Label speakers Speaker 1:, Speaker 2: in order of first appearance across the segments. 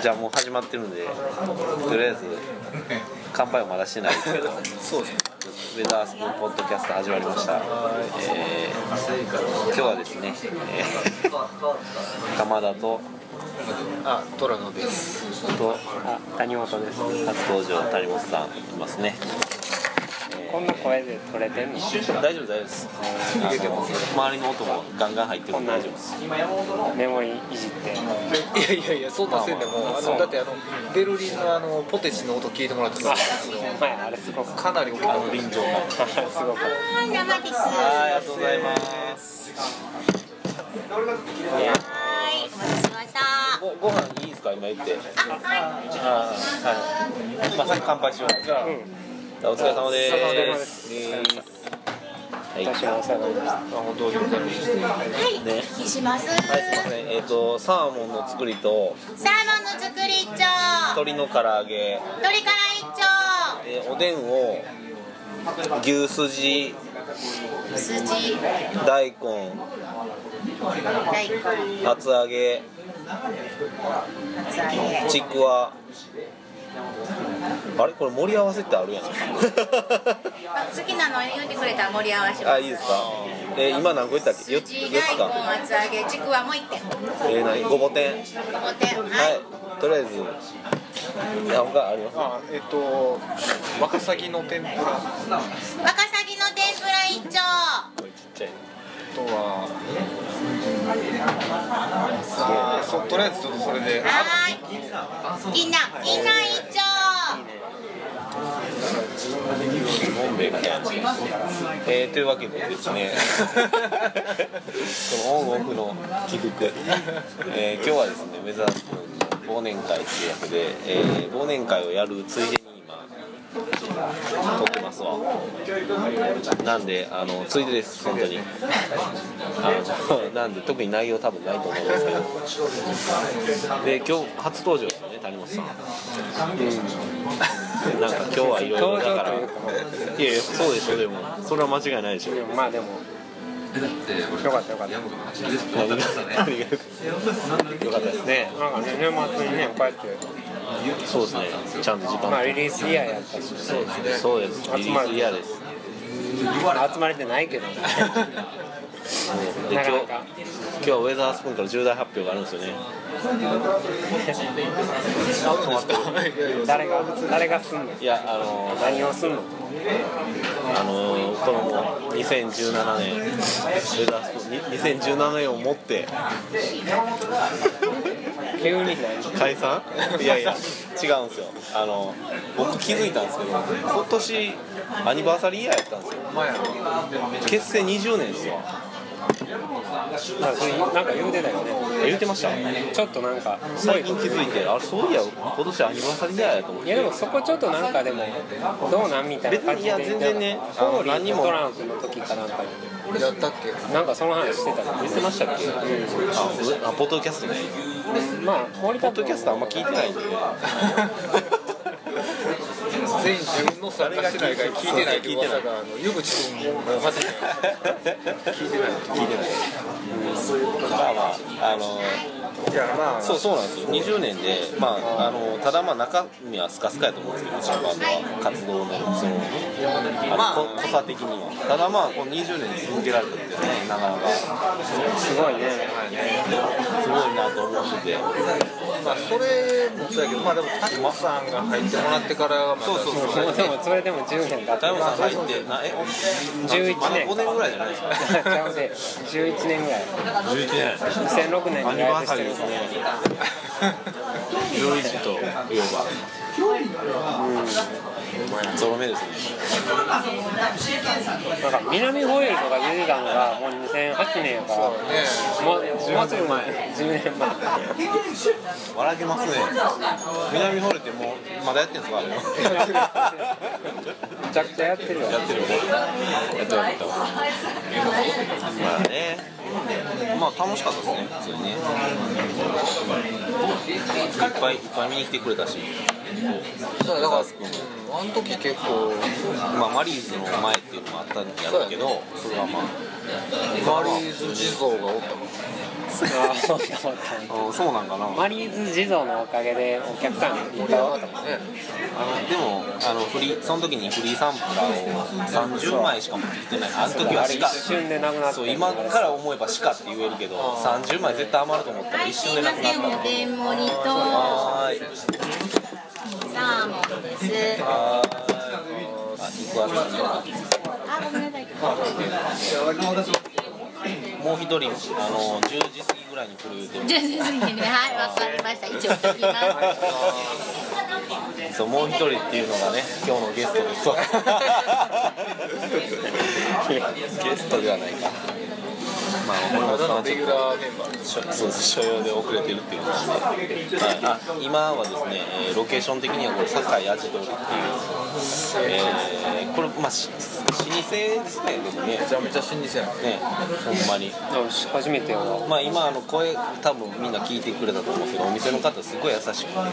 Speaker 1: じゃあもう始まってるんでとりあえず乾杯をまだしてないですけど
Speaker 2: そうですね。
Speaker 1: ウェザースプーンポッドキャスト始まりました、えー今日はですね、えー鎌田と
Speaker 2: あ、トラノです。
Speaker 1: と
Speaker 3: あ、谷本です。
Speaker 1: 初登場谷本さんいますね
Speaker 3: こんな声で撮れてんの？
Speaker 1: 大丈夫大丈夫ですあの周りの音もガンガン入ってるんで大丈夫です
Speaker 3: メモリいじって。
Speaker 2: いやいやいや、そんなせんでも、あのだってあのベルリンのあのポテチの音聞いてもらって
Speaker 3: あ
Speaker 2: た。、
Speaker 3: 前あれすごく。
Speaker 2: かなり大きな
Speaker 1: 臨場感
Speaker 3: あれすごく。
Speaker 4: はい、生です。
Speaker 1: は
Speaker 4: はい
Speaker 1: ありがとうございますいや
Speaker 4: い、お待たせしました。
Speaker 1: ごご飯いいですか今言って
Speaker 4: はい、
Speaker 1: あーはいまあ、さっき乾杯しようじゃあ、お疲れ様で
Speaker 3: お疲れ様
Speaker 1: す
Speaker 3: です。
Speaker 1: はい
Speaker 3: 私もお世話になりまし
Speaker 2: あ
Speaker 3: た。
Speaker 2: 本当にございます。
Speaker 4: はい、お
Speaker 1: ね
Speaker 4: 聞きします。サー
Speaker 1: はい、すいません。えっ、とサーモンの作りと
Speaker 4: モンの作り一丁、
Speaker 1: 鶏の唐揚げ、
Speaker 4: 鶏から
Speaker 1: でおでんを牛すじ、
Speaker 4: 一丁、筋、
Speaker 1: 大根、
Speaker 4: 大根、
Speaker 1: 厚揚げ、
Speaker 4: 厚揚げ、
Speaker 1: ちくわ。あれこれ盛り合わせってあるやん。
Speaker 4: 好きなの言ってくれたら盛り合わせま
Speaker 1: あ
Speaker 4: す。
Speaker 1: いいですか。えー今何個言ったっけ？四つ四
Speaker 4: 筋、大
Speaker 1: つ
Speaker 4: 根、
Speaker 1: か。
Speaker 4: 厚揚げ、ちくわも一点、
Speaker 1: えー、何？ごぼ天。はい。
Speaker 4: 五点、はい。
Speaker 1: とりあえず。あ他あります。
Speaker 2: あ、えっとワカサギの天ぷらあ
Speaker 4: ワカサギの天ぷら一丁、
Speaker 1: これちっちゃい。
Speaker 2: とは。あー、そとりあえずちょっとそれで。
Speaker 4: はい。ぎんなん、ぎんなん一丁、
Speaker 1: モンベイみたいな。えー、というわけでですね。このオンオフの起伏、えー、今日はですねウェザースプーンの忘年会っていう役で、えー忘年会をやるついでに今撮ってますわなんであのついでです本当にあの なんで特に内容多分ないと思うんですけどで今日初登場ですね谷本さん、なんか今日はいろいろだから
Speaker 3: 登場と
Speaker 1: いやいやそうでしょでもそれは間違いないで しょ
Speaker 3: でもまあでも。よかったよかった。
Speaker 1: 何が何がよかったですね
Speaker 3: なんかね年末にねこうやって
Speaker 1: そうですねちゃんと時間
Speaker 3: まあリリースイヤーやったし、
Speaker 1: そうですねそうですリリース嫌です
Speaker 3: 集まれてないけどね。
Speaker 1: で今
Speaker 3: な
Speaker 1: 日
Speaker 3: かなか
Speaker 1: 今日はウェザースプーンから重大発表があるんですよね
Speaker 3: 誰が誰がすんの？
Speaker 1: いやあの
Speaker 3: 何をすんの？
Speaker 1: あのこのもう2017年ウェザースプーンに2017年をもって
Speaker 3: 急に何？
Speaker 1: 解散いやいや違うんですよあの僕気づいたんですけど今年アニバーサリーイヤーやったんですよ
Speaker 2: まあや
Speaker 1: 結成20年ですよ
Speaker 3: なんかそれなんか言うてたよね。
Speaker 1: え言ってました
Speaker 3: ちょっとなんかすご
Speaker 1: 最
Speaker 3: い
Speaker 1: 近気づいてあれそういや今年アニバーサリーイヤーやと思って
Speaker 3: いやでもそこちょっとなんかでもどうなんみたいな感じ
Speaker 1: 別にい
Speaker 3: で
Speaker 1: や全然ね
Speaker 3: なんかホーリ
Speaker 1: あの何に
Speaker 3: ー
Speaker 1: も
Speaker 3: とトランプの時かなんかに
Speaker 2: やったっけ。
Speaker 3: なんかその話してたの
Speaker 1: 言ってましたっけ、ああポッドキャストね
Speaker 3: まあ森
Speaker 1: ポ
Speaker 3: 田
Speaker 1: ッド
Speaker 3: 君
Speaker 1: キャストあんま聞いてないんで
Speaker 2: 全員自分の参加してないから聞いてないって噂があの湯口君もマジで聞いてない。
Speaker 1: 聞いてない、まあまああの
Speaker 2: いやまあ
Speaker 1: そうそうなんですよ20年でまああのただまあ中身はスカスカやと思うんですけどうちのバンドは活動のそのあのこ濃さ的にはただまあこの20年続けられたってねなかなか
Speaker 3: すごいね
Speaker 1: すごいなと思ってて
Speaker 2: まあそれもそうやけどまあでも谷本さんが入ってもらってからがまた
Speaker 1: そうそうそう
Speaker 3: もうで もそれでも10年経って
Speaker 1: 大本さん入ってなえ
Speaker 3: 11
Speaker 1: まだ
Speaker 3: 年
Speaker 1: 5年ぐらいじゃないですか
Speaker 3: ちゃうで11年ぐらい
Speaker 1: 11年
Speaker 3: 2006年
Speaker 1: ア
Speaker 3: に
Speaker 1: ニ
Speaker 3: ライ
Speaker 1: バー
Speaker 3: ブし
Speaker 1: サリー
Speaker 3: てる
Speaker 1: です
Speaker 3: か
Speaker 1: ね
Speaker 3: ら。
Speaker 1: 良い時といえば。ゾロ目ですね。
Speaker 3: なんか南ホイールとか言うてたのがもう2008年やからも
Speaker 2: ね
Speaker 3: うもうちょい前10年前
Speaker 1: 笑けますね。南ホールってもうまだやってんすかあれは。
Speaker 3: めちゃくちゃやってるよ
Speaker 1: やってるよ。やってるやってる。まあね。まあ楽しかったですね。普通にね。いっぱいいっぱい見に来てくれたし。
Speaker 2: そうだだから、
Speaker 1: ザス君
Speaker 2: うん、あの時結構
Speaker 1: まあ、マリーズの前っていうのもあったんやろうけどそれはまあ
Speaker 2: マリーズ地蔵がおったもん
Speaker 3: あーそうだそうだ
Speaker 1: うんそうなんかな
Speaker 3: マリーズ地蔵のおかげでお客さんい
Speaker 2: 盛
Speaker 3: っ
Speaker 2: り
Speaker 3: ぱ
Speaker 2: 上
Speaker 3: い
Speaker 2: が
Speaker 3: おっ
Speaker 2: った
Speaker 3: た
Speaker 2: もんね
Speaker 1: あのでもあのフリーその時にフリーサンプラーを30枚しか持ってきてないあの時は
Speaker 3: あれ
Speaker 1: しか
Speaker 3: 一瞬でなくなった
Speaker 1: そう今から思えば「しか」って言えるけど30枚絶対余ると思ったら
Speaker 4: はい、
Speaker 1: 一
Speaker 4: す
Speaker 1: 瞬
Speaker 4: い
Speaker 1: で
Speaker 4: ま
Speaker 1: なくなっ
Speaker 4: せん、
Speaker 1: た
Speaker 4: おでん盛りとサ
Speaker 1: はーい
Speaker 4: ーモンです。
Speaker 1: はーいあ肉厚
Speaker 4: あ、ごめんなさい。
Speaker 1: もう一人あの10時過ぎぐらいに来る言うて
Speaker 4: じゃあ、先生ね、はい、わかりました。一応、聞きます。
Speaker 1: そうもう一人っていうのがね今日のゲスト ですわゲストではないかまあ森
Speaker 2: た
Speaker 1: 本さ
Speaker 2: だ
Speaker 1: ん
Speaker 2: の
Speaker 1: はち
Speaker 2: レギ
Speaker 1: ょっ
Speaker 2: ュ
Speaker 1: と
Speaker 2: ラーメンバー
Speaker 1: 所そうです所要で遅れてるっていう感じで、はい、あ今はですねえーロケーション的にはこれ堺アジトリっていう、えーこれまあし老舗ですねでもね
Speaker 2: めちゃめちゃ新鮮やね
Speaker 1: ねほんまに
Speaker 3: 初めての
Speaker 1: まあ今あの声多分みんな聞いてくれたと思うけどお店の方すごい優しくてあ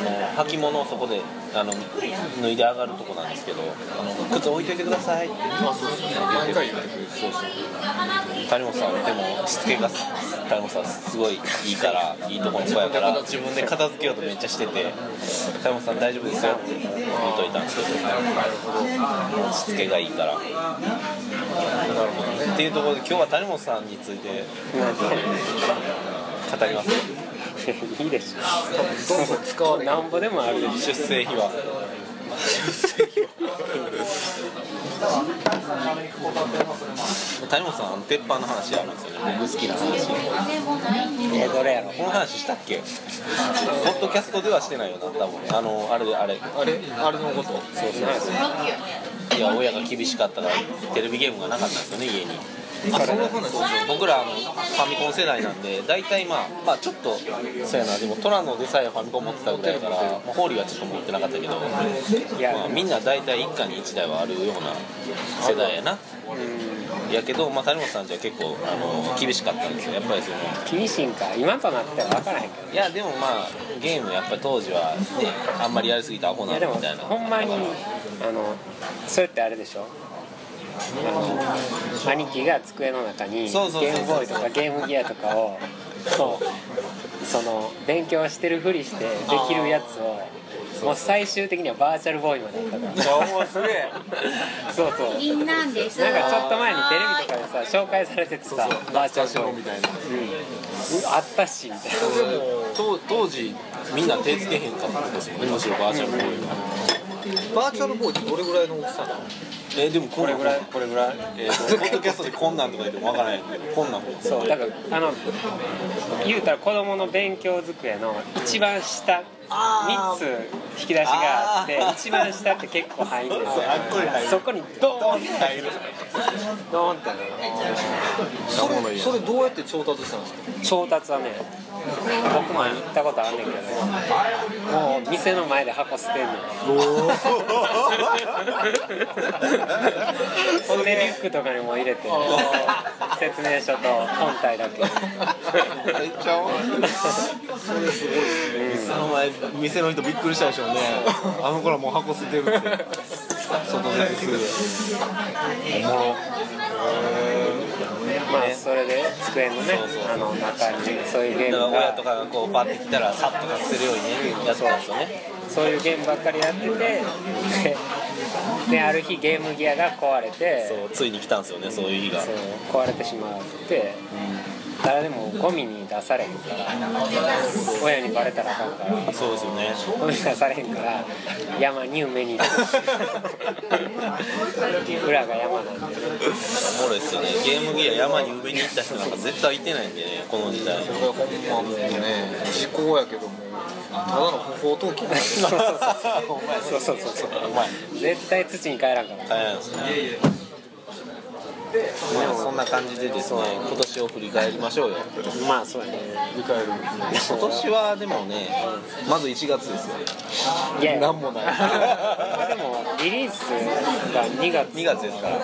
Speaker 1: の履物をそこであの脱いで上がるとこなんですけどあの靴置いといてくださいって
Speaker 2: あそうですね毎回言ってくるそうそう
Speaker 1: 谷本さんでもしつけがす谷本さんすごいいいからいいとこの子やから自分で片付けようとめっちゃしてて谷本さん大丈夫ですよって言っといたんですけどしつけがいいからっていうところで今日は谷本さんについて語りますよ
Speaker 3: いいでし
Speaker 2: どんどん使わ
Speaker 3: ょ
Speaker 2: れる
Speaker 3: なんぼでもあるでし
Speaker 1: 出生秘話 谷本さん鉄板の話あるんですよね僕好きな話
Speaker 3: ょえどれやろ
Speaker 1: この話したっけポッドキャストではしてないよな多分あのあれあれ
Speaker 2: あれあれのこと
Speaker 1: そうそういや親が厳しかったからテレビゲームがなかったんですよね家に
Speaker 2: あその話
Speaker 1: そうそう僕らあのファミコン世代なんで大体まあまあちょっとそうやなでもトラノでさえファミコン持ってたぐらいだから、まあ、ホーリーはちょっと持ってなかったけど、
Speaker 3: いや
Speaker 1: まあ、みんな大体一家に一台はあるような世代やな
Speaker 3: うん
Speaker 1: やけど、まあ、谷本さんじゃ結構あの厳しかったんですよやっぱりその
Speaker 3: 厳しいんか今となっては分からへんけど
Speaker 1: いやでもまあゲームやっぱり当時はねあんまりやりすぎたアホ
Speaker 3: い
Speaker 1: な
Speaker 3: やでも
Speaker 1: みたいな
Speaker 3: ほんまにあのそれってあれでしょあの兄貴が机の中にゲ
Speaker 1: そうそうそうそう
Speaker 3: ームボーイとかゲームギアとかをそうその勉強してるふりしてできるやつをもう最終的にはバーチャルボーイまでやったから
Speaker 2: あもうそれ
Speaker 3: そうそう
Speaker 4: 銀なんです。
Speaker 3: なんかちょっと前にテレビとかでさ紹介されててさバーチャルボーイ
Speaker 2: みたいな
Speaker 3: うんあったしみたいな
Speaker 1: 当当時みんな手つけへんかったんですよねむしろバーチャルボーイは、
Speaker 2: バーチャルボーイってどれぐらいの大きさなの
Speaker 1: えでもこんなん
Speaker 3: これぐらい
Speaker 1: これぐらい、えーとポッドキャストでこんなんとか言ってもわからないけどこんなん
Speaker 3: そうだからあの言うたら子供の勉強机の一番下
Speaker 1: あ
Speaker 3: 3つ引き出しがあって
Speaker 1: あー
Speaker 3: 一番下って結構入るんですよ
Speaker 1: っこり入
Speaker 3: そこにドーンって
Speaker 1: 入る
Speaker 3: ドーンってなる
Speaker 2: それそれどうやって調達したんですか
Speaker 3: 調達はね僕も行ったことあんねんけどもう店の前で箱捨てんねんほんでリュックとかにも入れて説明書と本体だけ
Speaker 1: めっちゃおもろい店の前店の人びっくりしたでしょ うねあの頃はもう箱捨てるって外出てすぐおもろ
Speaker 3: まあそれで机のねあの中にそういうゲ
Speaker 1: だ
Speaker 3: ー
Speaker 1: から
Speaker 3: ム
Speaker 1: 親
Speaker 3: が
Speaker 1: とかがこうパッて来たらさっとかするようにねやってたんですよね
Speaker 3: そういうゲームばっかりやっててでである日ゲームギアが壊れて
Speaker 1: そうついに来たんですよねそういう日が
Speaker 3: そう壊れてしまって誰でもゴミに出されへんから親にバレたらあかんから
Speaker 1: そうですよね
Speaker 3: ゴミ出されへんから山に埋め に行く裏が山なん
Speaker 1: お
Speaker 3: で
Speaker 1: もろいっすよねゲームギア山に埋めに行った人なんか絶対いてないんでねこの時代
Speaker 2: これはほんまもうね時効やけどもただの不法投棄だね
Speaker 3: そう そうそうそうそう
Speaker 1: お前
Speaker 3: 絶対土に帰らんから
Speaker 1: 帰らないですねまあそんな感じでですね今年を振り返りましょうよ
Speaker 3: まあそうやね
Speaker 2: 振り返る
Speaker 1: 今年はでもねまず1月ですよ
Speaker 3: いや
Speaker 2: なんもない
Speaker 3: まあでもリリースが2月
Speaker 1: 2月ですから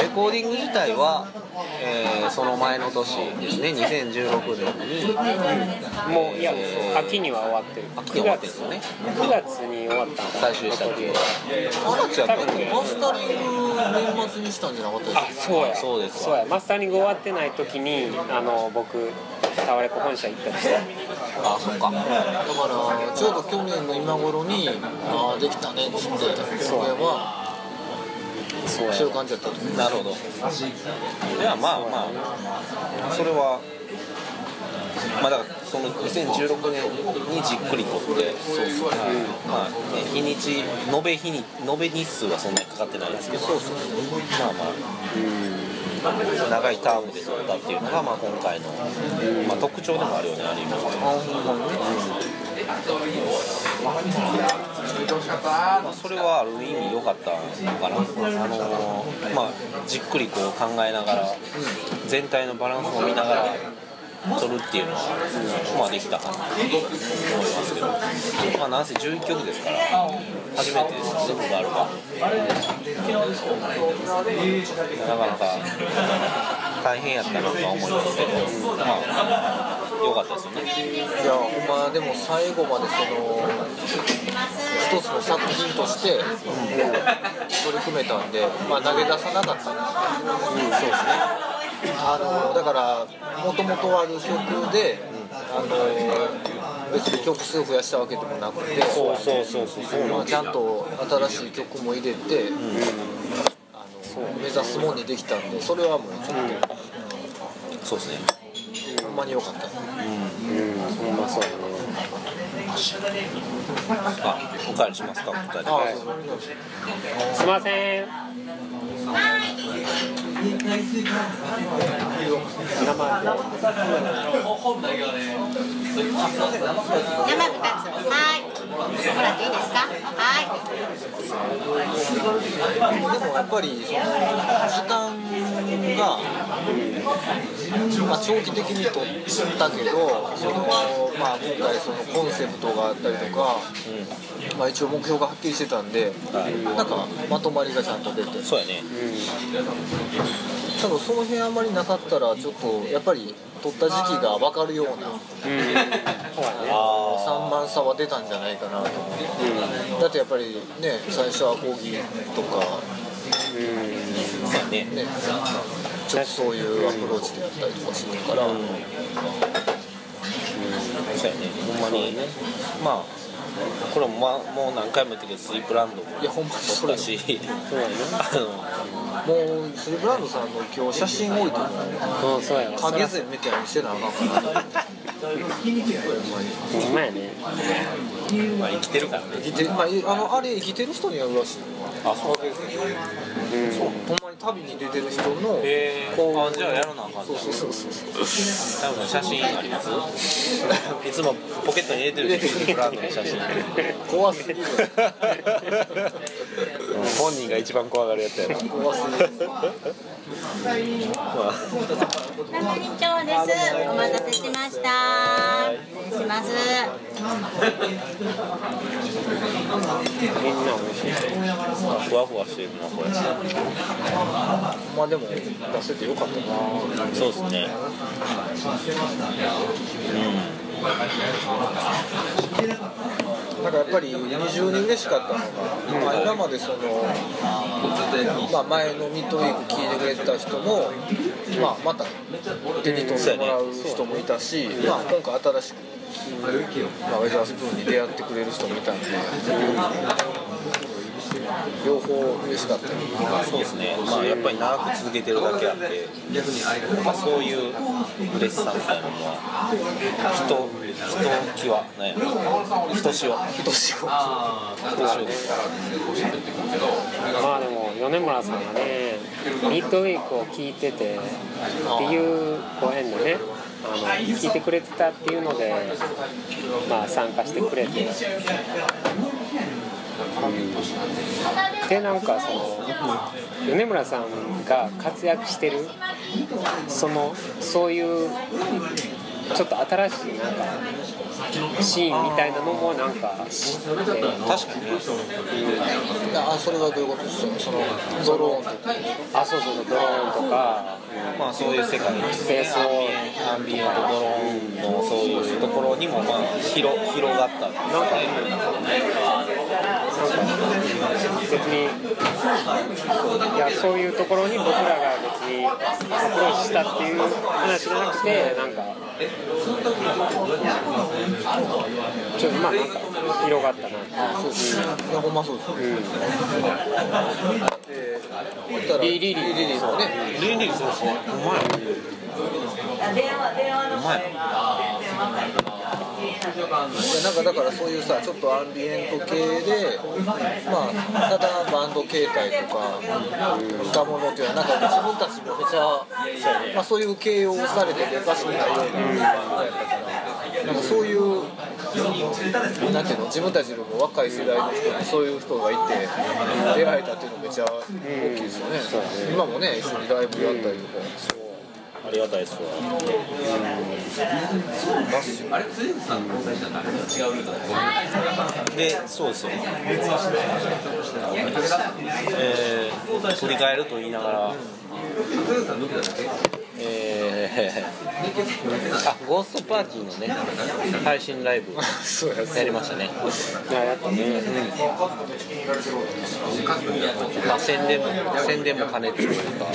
Speaker 1: レコーディング自体はえーその前の年ですね2016年に
Speaker 3: もういや
Speaker 1: えー
Speaker 3: 秋には終わってる
Speaker 1: 秋に
Speaker 3: 9
Speaker 1: 終わって
Speaker 3: 月
Speaker 1: るんですよね
Speaker 3: 9月に終わったのかな
Speaker 1: 最終したっけ
Speaker 2: あちゃんだって
Speaker 3: 多分ね
Speaker 2: マスタリング年末にしたんじゃなかったで
Speaker 3: あそうや
Speaker 1: そうですわ
Speaker 3: やマスタリング終わってない時にあの僕タワレコ本社行ったんですよ
Speaker 1: あそっか
Speaker 2: だからちょうど去年の今頃にああできたねっつってそれは
Speaker 3: そう
Speaker 2: そういう感じだったと思う
Speaker 1: なるほどじゃあまあまあそれはまあだからその2016年にじっくり撮ってそうそうまあね日にち延べ日に延べ日数はそんなにかかってないですけどまあまあ長いタームで撮ったっていうのが、まあ、今回の、まあ、特徴でもあるよねある意味まあそれはある意味良かったのかな、あのーまあ、じっくりこう考えながら、全体のバランスを見ながら撮るっていうのは、まあ、できたかなと思いますけど、まあ、なんせ11曲ですから、初めてですね、僕があるが。なかなか大変やったなとは思いますけど、まあ、良かったですよね。
Speaker 2: いやほんまでも最後までその一つの作品として取り組めたんで、まあ、投げ出さなかった、そうですねあのだからもともとある曲で、あの別に曲数増やしたわけでもなくて
Speaker 1: そうそうそうそう、そうな
Speaker 2: まあ
Speaker 1: ん
Speaker 2: ちゃんと新しい曲も入れて、あの目指すもんにできたんでそれはもうちょっ
Speaker 1: そうですね。
Speaker 2: とほんまに良かった
Speaker 3: うんほんまそうやね
Speaker 1: あ、お帰りしますか、二人で。
Speaker 2: ああそう
Speaker 3: すいません
Speaker 4: 生二つはいもらっていいですかはい
Speaker 2: でもやっぱりその時間が、まあ、長期的に取ったけどその、まあ、今回そのコンセプトがあったりとか、まあ、一応目標がはっきりしてたんで、なんかまとまりがちゃんと出て
Speaker 1: そうやね。
Speaker 2: 多分その辺あんまりなかったらちょっとやっぱり取った時期が分かるような
Speaker 3: そうやね
Speaker 1: あ
Speaker 2: 散漫さは出たんじゃないかなと思って、だってやっぱりね最初は講義とか。
Speaker 1: あ、そうやね。
Speaker 2: ね、ちょっとそういうアプローチでやったりとかするから、
Speaker 1: そうやね。ほんまに。まあ、これも、まあ、もう何回も言ったけど、スイープランドも
Speaker 2: いやほんまに
Speaker 1: 撮
Speaker 2: そ
Speaker 1: っ
Speaker 2: れ
Speaker 1: たし、 あ
Speaker 2: もうスリーブランドさんの今日写真置いても
Speaker 3: うんそうやわ
Speaker 2: 影膳みたいにしてなあかんかなと思って
Speaker 3: ほんまやね
Speaker 1: の、まあ、生きてるからね。
Speaker 2: 生きてるまあいあのあれ生きてる人にやるらしい
Speaker 1: あ、そう
Speaker 3: うん
Speaker 2: そうほんまに旅に出てる人の
Speaker 1: へー
Speaker 2: こう
Speaker 1: あじゃあやらなあかん
Speaker 2: そうそうそうそう
Speaker 1: 多分写真ありますいつもポケットに入れてるでしょ、スイープランドの 写真。
Speaker 2: 怖すぎるよ
Speaker 1: 本人が一番怖がるやつやな。
Speaker 2: 怖すぎ る
Speaker 1: まあ
Speaker 4: 中人長ですお待たせしました失礼します
Speaker 1: ふわふわしてるな、これ。
Speaker 2: まあでも出せてよかったな
Speaker 1: そうですね。
Speaker 2: なんかやっぱり20人嬉しかったのが、まあ、今までその、まあ、前のミッドウィーク聞いてくれてた人も、まあ、また手に取ってもらう人もいたし、まあ、今回新しく、まあ、ウェザースプーンに出会ってくれる人もいたんで、両方嬉しかったよ
Speaker 1: そうですね。まあやっぱり長く続けてるだけあって、まあそういう嬉しさみたいなのは、ひと、ひときわ、なんやろ、ひとしお。ひとしお。ひとしおです。
Speaker 3: まあでも米村さんがねミッドウィークを聞いててっていうご縁でねあの聞いてくれてたっていうのでまあ参加してくれて、うんでなんかその米村さんが活躍してるそのそういうちょっと新しいなんかシーンみたいなのもなんか知って
Speaker 1: 確かにね
Speaker 2: あそれはどういうことですかそのドローンとか
Speaker 3: あそうそうそうドローンとか
Speaker 1: まあそういう世界
Speaker 3: スペースを
Speaker 1: アンビエントドローンのそういうところにもまあ広広がったっていう
Speaker 3: なんか別にいやそういうところに僕らが別にアプローチしたっていう話じゃなくてなんかちょっとまあなんか広がったな
Speaker 2: そうですねいやほんまそうですね言ったら
Speaker 3: リリリ
Speaker 2: リリのね
Speaker 1: リンリンそうそううまい電話電話のうまい
Speaker 2: いやなんかだからそういうさちょっとアンビエント系でまあただバンド形態とか歌物っていうのはなんか自分たちもめちゃ、まあ、そういう形容されてておかしくないようななんかそういうなんていうの自分たちよりも若い世代の人にそういう人がいて出会えたっていうのめちゃ大きいですよね、今もね一緒にライブやったりとか、
Speaker 1: ありがたいっすわでそうですよえー、振り返ると言いながらえー、あゴーストパーティーのね配信ライブ
Speaker 2: そうや
Speaker 1: やりましたね
Speaker 3: いややっぱね
Speaker 1: まあ、宣伝も宣伝も兼ねてというか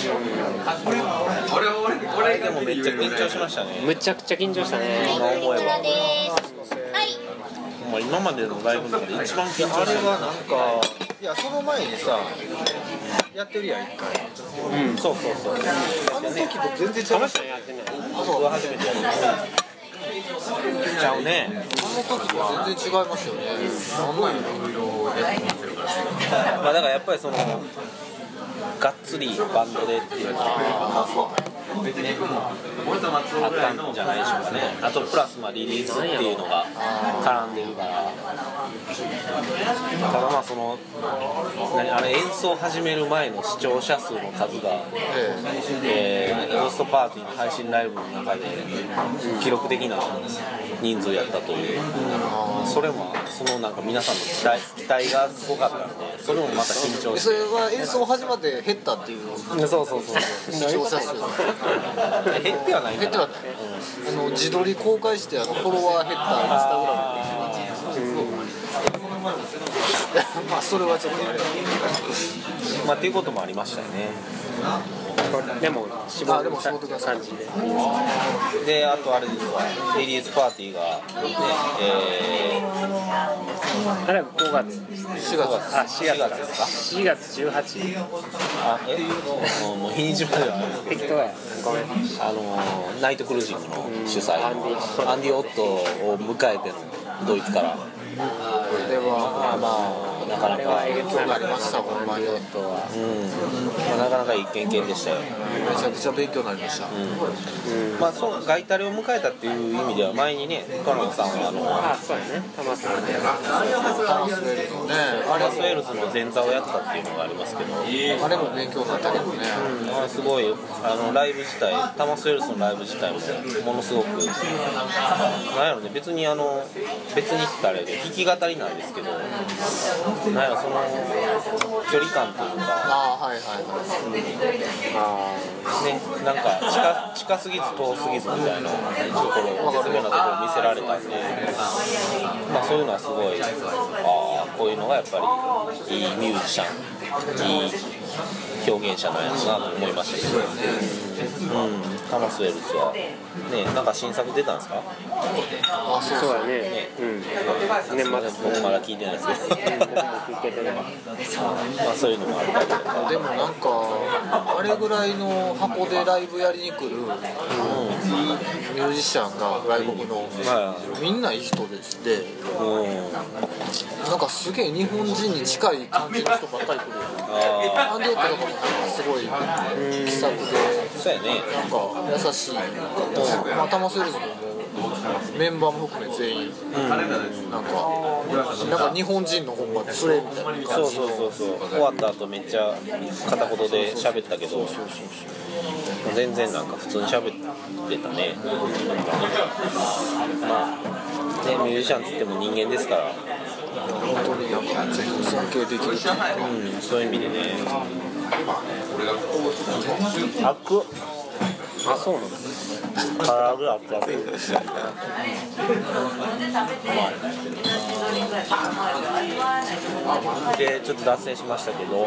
Speaker 1: あれでもめっちゃ緊張しましたね
Speaker 3: むちゃくちゃ緊張したね
Speaker 1: 今思えば
Speaker 4: ですはい
Speaker 1: まあ今までのライブの中で一番緊張
Speaker 2: あれ
Speaker 1: し
Speaker 2: はなんかいやその前にさやってるやん一回
Speaker 1: たうんそうそうそう
Speaker 2: あの時と全然ちゃ
Speaker 3: あ
Speaker 2: う
Speaker 3: の人やってない
Speaker 1: 僕は初めてやりましたちゃうね
Speaker 2: あの時と全然違いますよね。なんなんやろ
Speaker 1: まあだからやっぱりそのがっつりバンドでっていうのはあったんじゃないでしょうかねあとプラスまあリリースっていうのが絡んでるからただまあその何あれ演奏始める前の視聴者数の数が
Speaker 2: え
Speaker 1: えー、ゴーストパーティーの配信ライブの中で記録的な人数やったという、それもそのなんか皆さんの期待期待がすごかったのでそれもまた緊張
Speaker 2: え
Speaker 1: し
Speaker 2: それは演奏始まって減ったっていう
Speaker 1: てそうそうそうそう
Speaker 2: 視聴者数減
Speaker 1: 減ってはないかな
Speaker 2: ってはないあの自撮り公開してあのフォロワー減ったインスタグラムで まあそれはちょっとあれ
Speaker 1: まあっていうこともありましたよね
Speaker 3: でも
Speaker 2: あ
Speaker 3: 絞
Speaker 2: で
Speaker 3: る
Speaker 2: も絞ってください
Speaker 3: 感じで
Speaker 1: であとあれですわリリースパーティーがね、え
Speaker 3: あれは5月
Speaker 2: 4月
Speaker 1: あ4月ですか
Speaker 3: 4月18
Speaker 1: あえもう日にちまではあれですけど
Speaker 3: 適当やごめん
Speaker 1: あのーナイトクルージングの主催
Speaker 3: アンディオット
Speaker 1: アンディ・オットを迎えてのドイツから
Speaker 2: これは
Speaker 1: まあなか
Speaker 3: あ
Speaker 1: な
Speaker 3: れは
Speaker 1: か、
Speaker 3: えげつなか
Speaker 2: あ
Speaker 3: っ
Speaker 2: り
Speaker 3: た
Speaker 2: ましたほんまにめ
Speaker 3: とは
Speaker 1: うんまあ、なかなかいい経験でしたよ、
Speaker 2: ちゃくちゃ勉強になりました
Speaker 1: まあ、そうガイタレを迎えたっていう意味では前にねカノンさんはあの
Speaker 3: あそうやね玉さんね
Speaker 2: ダンスウェルズのね
Speaker 1: アラスウェルズの前座をやったっていうのがありますけど、
Speaker 2: あれも勉強になったけどね
Speaker 1: まあ、すごいあのライブ自体タマス・ウェルスのライブ自体もものすごくなんやろね別にあの別にってあれで弾き語りなんですけどなんやろその距離感というか
Speaker 2: ああはいはいはい
Speaker 3: あ
Speaker 1: ね、なんか近近すぎず遠すぎずみたいなところを絶妙なところを見せられたんで、まあ、そういうのはすごいああこういうのがやっぱりいいミュージシャンいい表現者なんやろなと思いましたけど、うん、タマスウェルスはねなんか新作出たんですか
Speaker 2: あそうそ
Speaker 3: あ
Speaker 2: う
Speaker 3: そうやねうん年末
Speaker 1: 僕まだ聞いてないですけど、
Speaker 3: 聞けてない
Speaker 1: まあ、そういうのもあったりとか、
Speaker 2: でもなんかあれぐらいの箱でライブやりに来るミュージシャンが外国の
Speaker 1: は
Speaker 2: みんないい人でして
Speaker 1: いうん、
Speaker 2: なんかすげえ日本人に近い感じの人ばっかり来る
Speaker 1: ああ
Speaker 2: アンディオットとかもなんかすごい気さくで
Speaker 1: そうやね
Speaker 2: なんか優しいまあ玉セルズももうメンバーも含め全員なんかなんか日本人の本場でそれみたいな
Speaker 1: そうそうそうそう終わった後めっちゃ片言で喋ったけど全然なんか普通に喋ってたねまあね、ミュージシャンつっても人間ですから、
Speaker 2: 本当になんか尊敬できるっていうか
Speaker 1: うん、そういう意味でね、
Speaker 5: あっく
Speaker 3: あそうなの
Speaker 5: 唐揚げあったく
Speaker 1: でちょっと脱線しましたけど、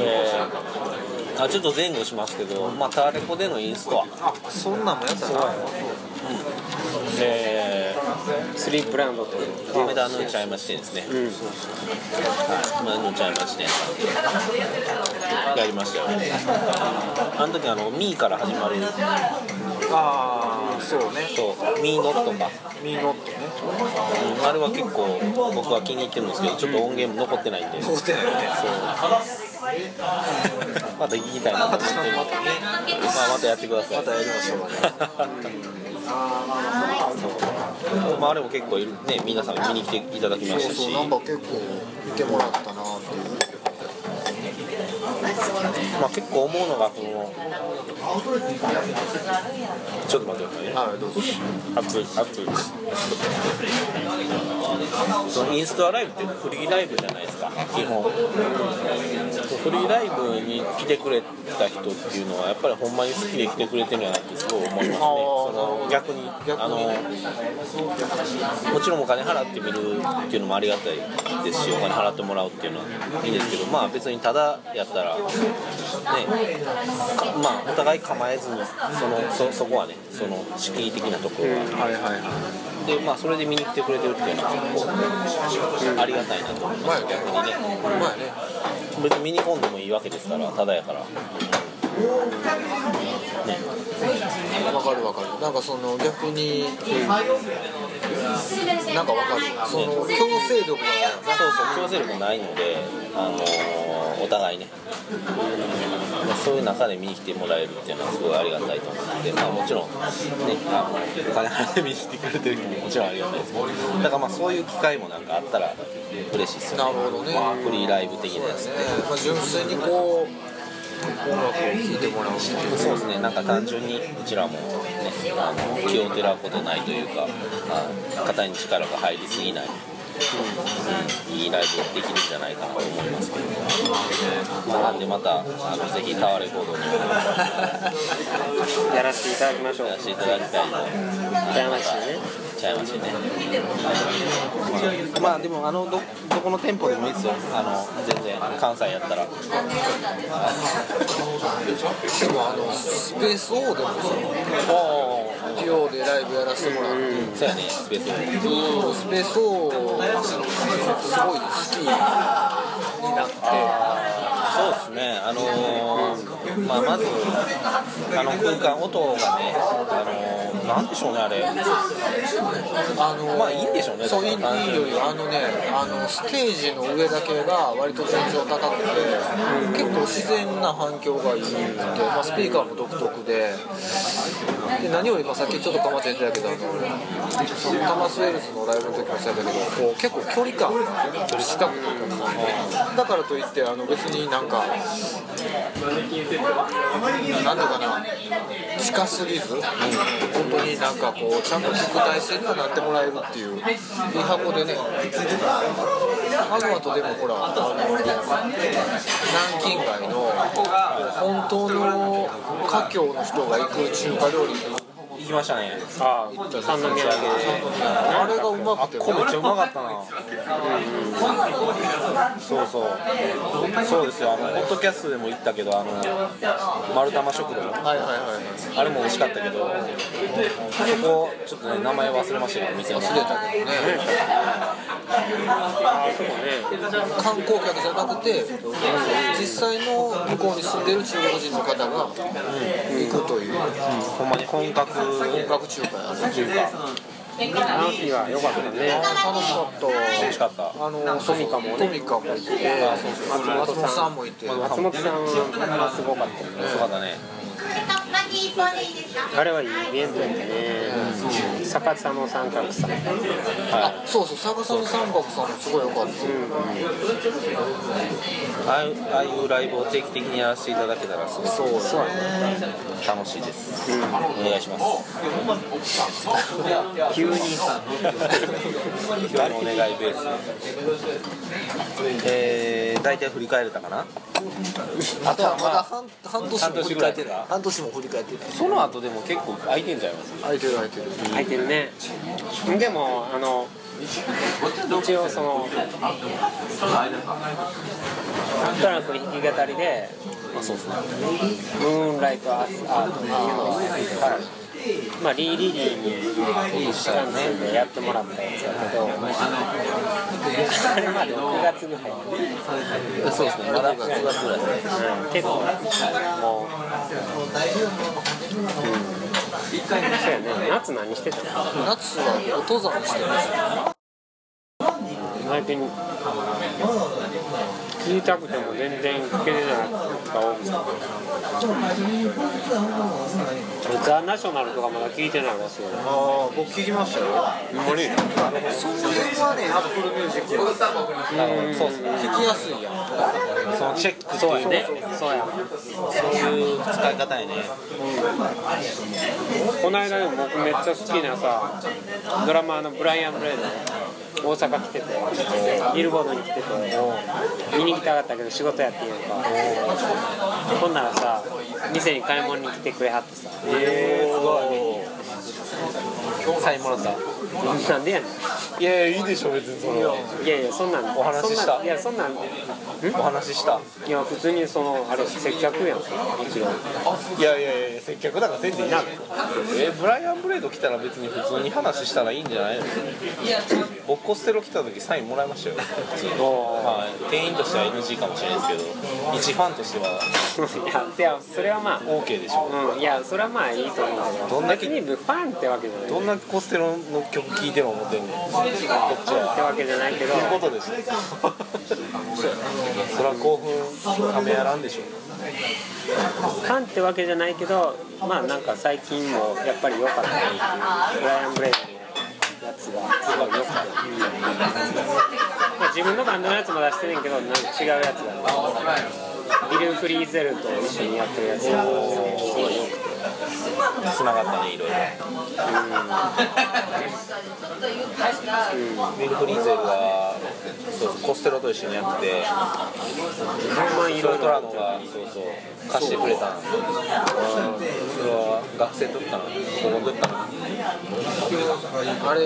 Speaker 1: えーあちょっと前後しますけど、まあ、タワレコでのインストア、
Speaker 2: そんなんもやったな
Speaker 1: え
Speaker 3: スリーブランドという
Speaker 1: ー、この間、あのちゃいましてですね、
Speaker 3: うん
Speaker 1: はい、あのちゃいまして、やりましたよ、あの時あのミーから始まる、
Speaker 2: ああそうね
Speaker 1: そう、ミーノットか。
Speaker 2: ミーノットね
Speaker 1: うんあれは結構僕は気に入ってるんですけどちょっと音源も残ってないんで、
Speaker 2: そうだよね
Speaker 1: また聞きたいなと思ってるまあまたやってください
Speaker 2: またやりましょう
Speaker 1: そうまああれも結構いるね皆さん見に来ていただきまし
Speaker 2: そう
Speaker 1: た
Speaker 2: そ
Speaker 1: し
Speaker 2: うなんか結構見てもらったなっていう
Speaker 1: まあ結構思うのがそのちょっと待ってくださいね
Speaker 2: はいどうぞ
Speaker 1: 熱い熱いそのインストアライブってフリーライブじゃないですか基本フリーライブに来てくれた人っていうのはやっぱりほんまに好きで来てくれてるんじゃないってすごい思いますねその逆にあのもちろんお金払ってみるっていうのもありがたいですしお金払ってもらうっていうのはいいですけどまあ別にただやったらねかまあお互い構えずにそのそそこはねその敷居的なところは、
Speaker 2: はいはいは
Speaker 1: でまあそれで見に来てくれてるっていうのは結構ありがたいなと思います、逆にね
Speaker 2: いまあね
Speaker 1: 別に見に込んでもいいわけですからただやからね
Speaker 2: わかるわかるなんかその逆に、なんかわかるその強制力が
Speaker 1: そうそう強制力もないので、あのーお互いね、まあ、そういう中で見に来てもらえるっていうのはすごいありがたいと思うので、まあ、もちろん、ね、あのお金払って見に来てくれてる人ももちろんありがたいですけどだからまあそういう機会もなんかあったら嬉しいですよね
Speaker 2: なるほどね
Speaker 1: フリーライブ的なやつ
Speaker 2: ね、まあ、純粋にこう音楽を聴いてもらうっていう
Speaker 1: そうですね、なんか単純にうちらも、ね、あの気をてらうことないというか、まあ、肩に力が入りすぎない、うんいいライブができるんじゃないかなと思いますけど、まあ、なんでまたあのぜひタワーレコードに
Speaker 3: やらせていただきましょう
Speaker 1: やらせていただきたいと
Speaker 3: じゃあましね
Speaker 1: ちゃいましたね、まあ、まあでもあのどどこの店舗でもいいですよあの全然関西やったら
Speaker 2: でもあのスペースオーでもさデュオでライブやらせてもらって、
Speaker 1: そうやねスペースで
Speaker 2: スペースオーすごい好きになって
Speaker 1: そうですね、あのーまあ、まず、あの空間、音がね、あのーなんでしょうね、あれ、
Speaker 2: あの
Speaker 1: まあいいんでしょうね
Speaker 2: そういい
Speaker 1: だ
Speaker 2: いい
Speaker 1: から
Speaker 2: よいいよあのねあのステージの上だけが割と天井高くて結構自然な反響がいいって、まあ、スピーカーも独特でで何よりもさっきちょっとかまって言ってたけどあのそのトマス・ウェルスのライブの時もそうやったけどこう結構距離感が近くてだからといってあの別になんかなんとかな近すぎず、本当になんかこうちゃんと聞く体制にはなってもらえるっていういい箱でねあのあとでもほらあの南京街の本当の華僑の人が行く中華料理の
Speaker 1: 行きましたね、
Speaker 3: ああ三宮だけで
Speaker 2: あれがうまくて
Speaker 1: こめっちゃうまかったな、そうそう、そうですよ、あのポッドキャストでも言ったけど、あの丸玉食堂、
Speaker 2: はいはいはい
Speaker 1: あれも美味しかったけど、そこ、ちょっとね、名前忘れましたけど、店の
Speaker 2: 忘れたけどね
Speaker 3: ああそうね
Speaker 2: 観光客じゃなくて実際の向こうに住んでる中国人の方が行くという
Speaker 1: ほんまに本格
Speaker 2: 本格中華やね
Speaker 1: 中華、
Speaker 3: あの日は良かったね
Speaker 2: 楽しかった
Speaker 1: 美味しかった。
Speaker 2: あのトミカもトミカもいて松本さんもいて
Speaker 3: 松本さんはすごかったよね
Speaker 1: そうだね。
Speaker 3: あれはいい弁当やったね、逆さの三角さ、
Speaker 2: あそうそう逆さの三角さんもすごい良かった
Speaker 1: ああいうああいうライブを定期的にやらせていただけたらすごく
Speaker 2: そう
Speaker 3: そうや
Speaker 1: 楽しいです、お願いします
Speaker 2: 急にさ
Speaker 1: 今日のお願いベースえー、大体振り返れたかな
Speaker 2: あとはまだ半半年も
Speaker 1: 半
Speaker 2: 振
Speaker 1: 年
Speaker 2: り
Speaker 1: ぐら
Speaker 2: 返
Speaker 1: い
Speaker 2: ってない半年も振り返ってない
Speaker 1: その後でも結構空いてんちゃいます
Speaker 2: 空いてる空いてる
Speaker 3: 空いてるねでもあの一応そのトランク弾き語りで
Speaker 1: あそうですね
Speaker 3: ムーンライトアーツアートっていうのをからまあリーリリーに
Speaker 1: いいし
Speaker 3: チ
Speaker 1: た
Speaker 3: ャ
Speaker 1: よ
Speaker 3: ン
Speaker 1: ね
Speaker 3: スでやってもらったやつやけどあれまで9月ぐらい
Speaker 1: そうですねまだ9月ぐらいですね
Speaker 3: 結構もう、うん、そうやね夏何してたの
Speaker 2: 夏はお登山してました
Speaker 3: 最近聞いたくても全然聞けてなかった音楽ザ・ナショナルとかまだ聞いてないわすよ
Speaker 2: ああ僕聞きましたよ
Speaker 3: 無理
Speaker 2: そういうはねやっぱフルミュージック
Speaker 1: なるほどそうですね
Speaker 2: 聞きやすいやん
Speaker 1: そのチェック
Speaker 3: そ
Speaker 1: と
Speaker 3: う
Speaker 1: い
Speaker 3: や
Speaker 1: う
Speaker 3: ね
Speaker 1: ね
Speaker 3: そうや
Speaker 1: そういう使い方やね
Speaker 3: この間でも僕めっちゃ好きなさドラマーのブライアン・ブレイド大阪来ててビルボードに来てて見に来たかったけど仕事やっていうかほんならさ店に買い物に来てくれはってさ
Speaker 1: えー、すごいサインもらった
Speaker 3: なんでやねん
Speaker 1: いやいいでしょ別にその
Speaker 3: いやいやそんなん
Speaker 1: お話しした
Speaker 3: そんなんいやそんなんん
Speaker 1: お話しした
Speaker 3: いや普通にそのあれ接客やんかもちろん
Speaker 1: いやいやいや接客なんかせんでいいじゃんえブライアン・ブレイド来たら別に普通に話したらいいんじゃないのボッコステロ来た時サインもらいましたよ普通に、はい、店員としては NG かもしれないですけど一ファンとしてはい
Speaker 3: やいやそれはま
Speaker 1: OK でしょ
Speaker 3: あうんいやそれはまあいいと思うけど
Speaker 1: どんだけ
Speaker 3: 別にファンってわけじゃない
Speaker 1: どんなコステロの曲聴いても思ってんねんこっち
Speaker 3: って
Speaker 1: は
Speaker 3: わけじゃないけど
Speaker 1: ということで しょそら興奮ためやらんでしょ
Speaker 3: ファンってわけじゃないけどまあなんか最近もやっぱり良かったなっていうブライアン・ブレイドのやつがすごい良くて、まあ、自分のバンドのやつも出してねんけどなんか違うやつがビル・フリーゼルと一緒にやってるやつがすごい良くて
Speaker 1: つながったねいろいろビル・フリーゼルがそうそうコステロと一緒にやってて
Speaker 3: ほんまい
Speaker 1: そ
Speaker 3: ろ
Speaker 1: れ
Speaker 3: い
Speaker 1: トラ
Speaker 3: ろ
Speaker 1: ノがそうそう貸してくれたんそれは学生の時かな高校の時かな
Speaker 2: あれ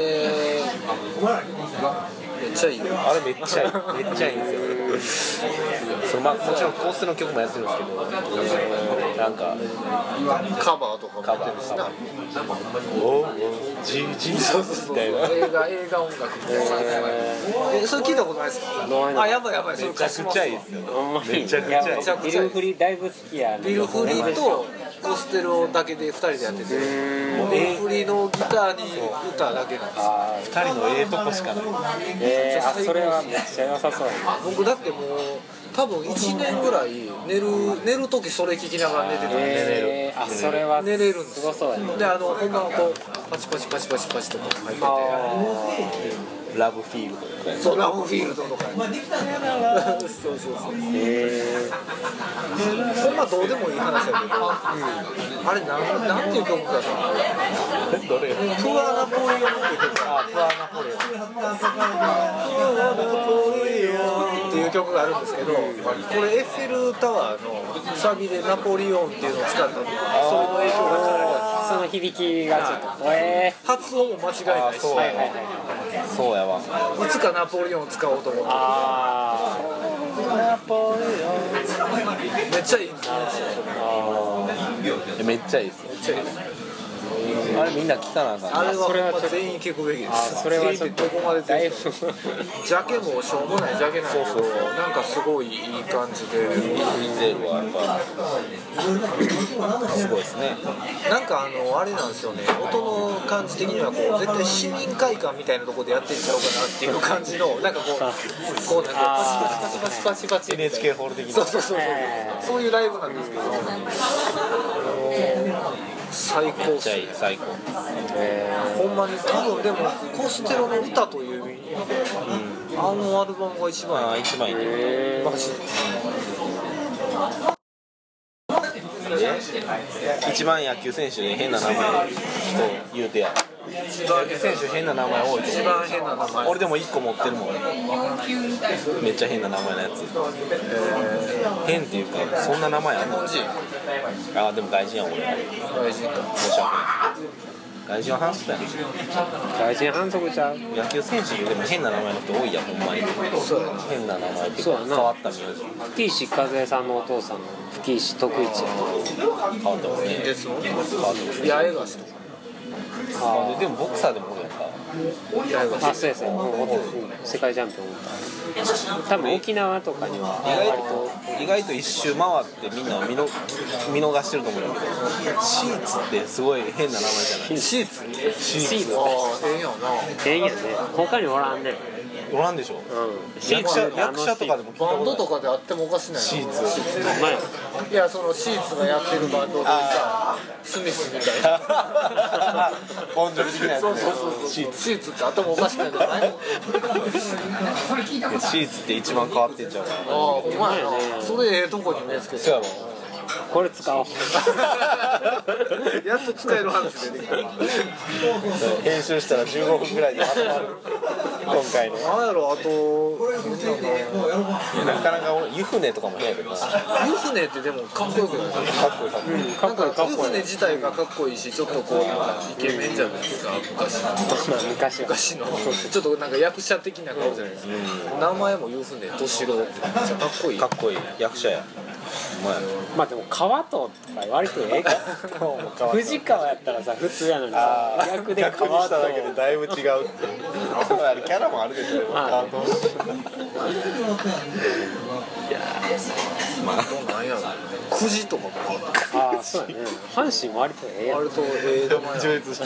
Speaker 2: めっちゃいいよ
Speaker 1: あれめっちゃいいめっちゃいいんですよそのまあもちろんコースの曲もやってるんですけどなんか
Speaker 2: カバーとかも
Speaker 1: カ
Speaker 2: や
Speaker 1: バ
Speaker 2: っ
Speaker 1: ー
Speaker 2: てるしな
Speaker 1: 「おうおうじいじい」みたいな
Speaker 2: 映画映画音楽みたいなえそれ聞いたことないですか
Speaker 3: ないな
Speaker 2: あやばいやばいそ
Speaker 1: め
Speaker 2: れ
Speaker 1: ちゃ
Speaker 2: 貸し
Speaker 1: く
Speaker 2: ま
Speaker 1: ち
Speaker 2: す
Speaker 1: ゃいいですよ
Speaker 3: ほんまに
Speaker 1: めちゃくちゃいい
Speaker 3: やビル・フリーだいぶ好きやね
Speaker 2: ビル・フリーとコステロだけで2人でやっててビル・フリーのギターに歌だけなんですよ
Speaker 3: あ
Speaker 1: 二人のええとこしかない
Speaker 3: ーえー、あそれはめっちゃ良さそうやね
Speaker 2: 僕だってもう多分1年ぐらい寝る寝る時それ聞きながら寝てたんで、
Speaker 3: えー、あそれは
Speaker 2: 寝れるんです
Speaker 3: すごそうやね
Speaker 2: であのほんまこうパチパチパチパチパチとか入ってて
Speaker 3: あー
Speaker 1: ラブフィールドみたいな
Speaker 2: そうラブフィールドとかそうそうそう
Speaker 3: え
Speaker 2: ほんまどうでもいい話だけど、あれなんなんていう曲かさ
Speaker 1: どれ
Speaker 2: 「プアナポリオン」っていう曲
Speaker 1: あプアナポレオン
Speaker 2: っていう曲があるんですけど、これエッフェルタワーのサビでナポリオンっていうのを使ったので、それの影響がかなりあ
Speaker 3: ー、その響きがちょっとえ
Speaker 2: る。発音も間違え
Speaker 1: あ
Speaker 2: ないし、
Speaker 1: そう
Speaker 3: ー、は
Speaker 1: や
Speaker 3: いはい
Speaker 1: わ
Speaker 3: はい
Speaker 1: そうやわ
Speaker 2: いつかナポリオンを使おうと思っ
Speaker 3: あー
Speaker 2: て、めっちゃいいんですよ。
Speaker 3: あ
Speaker 1: めっちゃいいですよ
Speaker 2: めっちゃいいです。
Speaker 1: あれみんな聞かなあかん
Speaker 2: あれは
Speaker 3: それはちょっと
Speaker 2: 全員聞くべきで
Speaker 3: あ
Speaker 2: す
Speaker 3: それはちょっと
Speaker 2: 全員どこまで
Speaker 3: だい
Speaker 2: 全
Speaker 3: ぶ
Speaker 2: 員ジャケもしょうもないジャケなんやけどなんかすごいいい感じで
Speaker 1: フリゼールはやっぱすごいですね
Speaker 2: なんかあのあれなんですよね音の感じ的にはこう絶対市民会館みたいなところでやってんちゃうかなっていう感じのなんかこうこうなんかパチパチパチパチパチパチ
Speaker 1: NHK ホール的
Speaker 2: そ
Speaker 1: な
Speaker 2: うそうそうそうそういうライブなんですけど最高っす
Speaker 1: じゃあ最高
Speaker 2: ほんまに多分でもコステロの歌という意味であのアルバムが一番
Speaker 1: まあ一枚いいね
Speaker 2: マジで
Speaker 1: 一番野球選手で変な名前の人言うてや野球選手変な名前多いと
Speaker 2: 一
Speaker 1: 思う
Speaker 2: 番変な名前
Speaker 1: 俺でも1個持ってるもんめっちゃ変な名前のやつ変っていうかそんな名前あんのあでも外人や俺申
Speaker 2: 外人か
Speaker 1: し訳ない外人は反則や
Speaker 3: 外人反則ちゃう
Speaker 1: 野球選手言うても変な名前の人多いやんほんまに変な名前っていう
Speaker 3: そう
Speaker 1: か
Speaker 3: やな
Speaker 1: 変わった名字
Speaker 3: 吹石和恵さんのお父さんの吹石徳一や
Speaker 1: 変わったもんね
Speaker 2: ですもんね
Speaker 1: 変わったもんね
Speaker 2: 八重樫とか
Speaker 1: あででもボクサーでもおるやんか
Speaker 2: 八重樫
Speaker 3: あそうですねもうお世界チャンピオンおった多分沖縄とかには
Speaker 1: 意外
Speaker 3: 割と
Speaker 1: と意外と一周回ってみんな見の見逃してると思うんだけどシーツってすごい変な名前じゃない
Speaker 2: シーツ
Speaker 1: シ
Speaker 3: シーツ
Speaker 2: ああええやんな
Speaker 3: 変やね他におらんね
Speaker 1: おらんでしょ
Speaker 3: うん
Speaker 1: 役者役者とかでも聞いた
Speaker 2: バン
Speaker 1: こ
Speaker 2: ドと
Speaker 1: と
Speaker 2: かであってもおかしないシーツ
Speaker 3: うまい
Speaker 2: いやそのシーツがやってるバンドでさスミスみた
Speaker 1: な
Speaker 2: いない
Speaker 1: ボンジョビ的なやつね
Speaker 2: そうそうそうそう
Speaker 1: シ ーツ
Speaker 2: シーツってあってもおかしくないんじゃないあ
Speaker 1: いやシーツって一番変わってんちゃうかな
Speaker 2: あほんまやなそれええとこに目つけて
Speaker 1: そうやろ
Speaker 3: これ使おう
Speaker 2: やっと使える話出てきた
Speaker 1: 編集したら15分ぐらいで集まる今回のい
Speaker 2: なんやろあと
Speaker 1: やなかなか俺湯船とかも変やけどなか
Speaker 2: 湯船ってでもかっこよくない
Speaker 1: っこいいかっこいい
Speaker 2: なんか湯船自体がかっこいいしちょっとこうイケメンじゃないですか昔
Speaker 3: 昔は
Speaker 2: 昔のちょっとなんか役者的な顔じゃないですか、名前も湯船敏郎ってめっちゃかっこいい
Speaker 1: かっこいい役者やお前
Speaker 3: まあでも川ととか割とええか藤川やったらさ普通やのにさ逆で
Speaker 1: 逆に
Speaker 3: 川
Speaker 1: し
Speaker 3: と
Speaker 1: ただけでだいぶ違う ってそうやるキャラもあるでしょ
Speaker 3: ま あ
Speaker 1: カート
Speaker 2: あとなんやろくじとかも
Speaker 3: ああそうやね阪神も割とええやん
Speaker 2: 割とええ名前や
Speaker 1: 上越して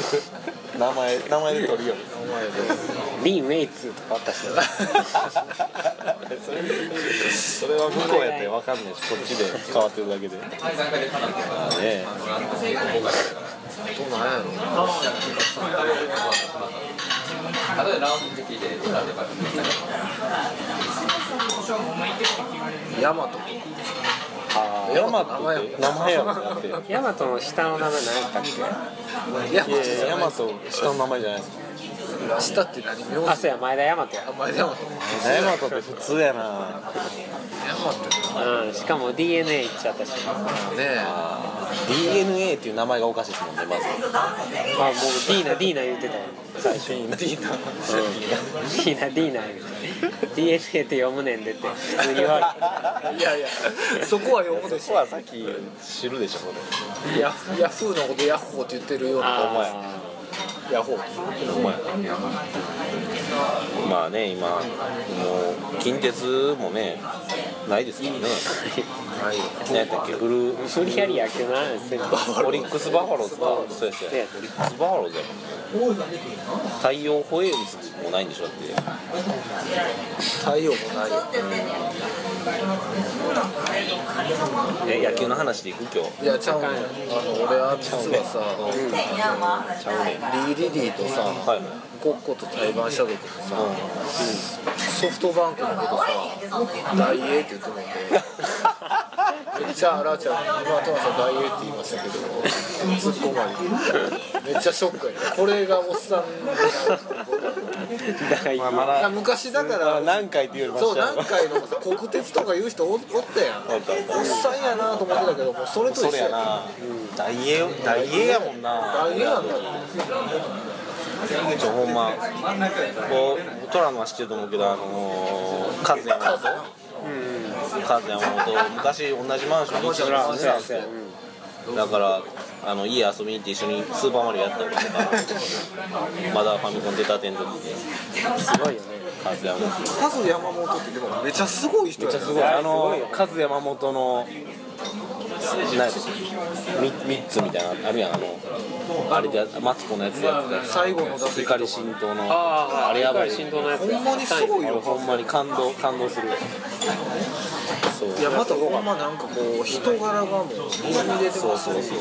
Speaker 1: 名前名前で 取るよ
Speaker 3: リン・ウェイツとかあったし
Speaker 1: それそれは向こうやって分かんないしこっちで変わってるだけでまあね
Speaker 2: あとなんやろヤマト
Speaker 1: ヤマトって名前やもんだって
Speaker 3: ヤマトの下の名前何やったっけ
Speaker 2: ヤマ
Speaker 1: い
Speaker 2: ト
Speaker 1: やい
Speaker 2: じ
Speaker 1: や
Speaker 2: ゃ
Speaker 1: ヤ
Speaker 2: ない
Speaker 1: マト下の名前じゃないですか
Speaker 2: 下って何名
Speaker 3: あ
Speaker 2: 字
Speaker 3: そうや前田ヤマトや
Speaker 2: 名前ヤマト
Speaker 1: ヤマトって普通やな
Speaker 2: ヤマト
Speaker 3: うんしかも DNA いっちゃったしまあも
Speaker 2: ねえ
Speaker 1: DNA っていう名前がおかしいですもんねまず
Speaker 3: うディーナディーナ言うてたよ
Speaker 1: 最初に
Speaker 2: ディーナ
Speaker 3: ディーナディーナ言うて DNA って読むねんでって普通に言われ
Speaker 2: いやいや、そこは読むでし
Speaker 1: そこ
Speaker 2: ょ。
Speaker 1: はさっき知るでしょそれ
Speaker 2: ヤヤフーのことヤッホーって言ってるような
Speaker 1: お前
Speaker 3: あ
Speaker 2: ヤッホー。
Speaker 1: お前まあね今もう近鉄もねないですからね
Speaker 2: はい。
Speaker 1: 何やったっけブルー
Speaker 3: ー無理やり野球の話する
Speaker 1: オリックスバファローズかそうです
Speaker 3: そうや
Speaker 1: ねオリックスバファローズやもん太陽ホエールズもないんでしょだって
Speaker 2: 太陽もないよ。
Speaker 1: え野球の話でいく今日
Speaker 2: いや、ちゃうねん。あの、俺は実はさ、
Speaker 1: ちゃうね
Speaker 2: リーリリーとさ、
Speaker 1: はい
Speaker 2: コッコと対バンした時にさ、ソフトバンクのことさ、大英って言ってもんで、めっちゃあらちゃん、今、トマさん大英って言いましたけど、突っ込まれて、めっちゃショックやった。これがおっさん
Speaker 3: 第
Speaker 1: まあま
Speaker 2: いや
Speaker 1: だ
Speaker 2: 昔だから、
Speaker 1: 何回って言うより
Speaker 2: そう
Speaker 1: マシ
Speaker 2: 何
Speaker 1: やろ
Speaker 2: 回のさ国鉄とか言う人おおったやん
Speaker 1: おったおった
Speaker 2: おっさんやなと思ってたけどもうそれと
Speaker 1: そ
Speaker 2: 一
Speaker 1: れ
Speaker 2: 緒
Speaker 1: やな大英大英やもんな
Speaker 2: あれなんだよ
Speaker 1: ちょほんまこうトラのは知ってると思うけどあのー、カズヤマトカズヤマト昔同じマンションに一緒に住んでたんですよだからあの家遊びに行って一緒にスーパーマリオやったりとかまだファミコン出たての時です
Speaker 3: ごいよね
Speaker 1: 和山本
Speaker 2: カズ山本ってでもめちゃすごい人やね
Speaker 1: すごいあの和山本の何やったっけみ三つみたいなあるやんあのあれでマツコのやつでやってたやつ
Speaker 2: 最後の打席とか
Speaker 1: 怒り神道の
Speaker 3: ああ
Speaker 1: あれやばい
Speaker 3: 振動のやつ
Speaker 2: ほんまにすごいよ
Speaker 1: ほんまに感動感動するそう
Speaker 2: いやまたほんまなんかこう人柄がもうに出て
Speaker 1: そう
Speaker 2: ます
Speaker 1: そうそう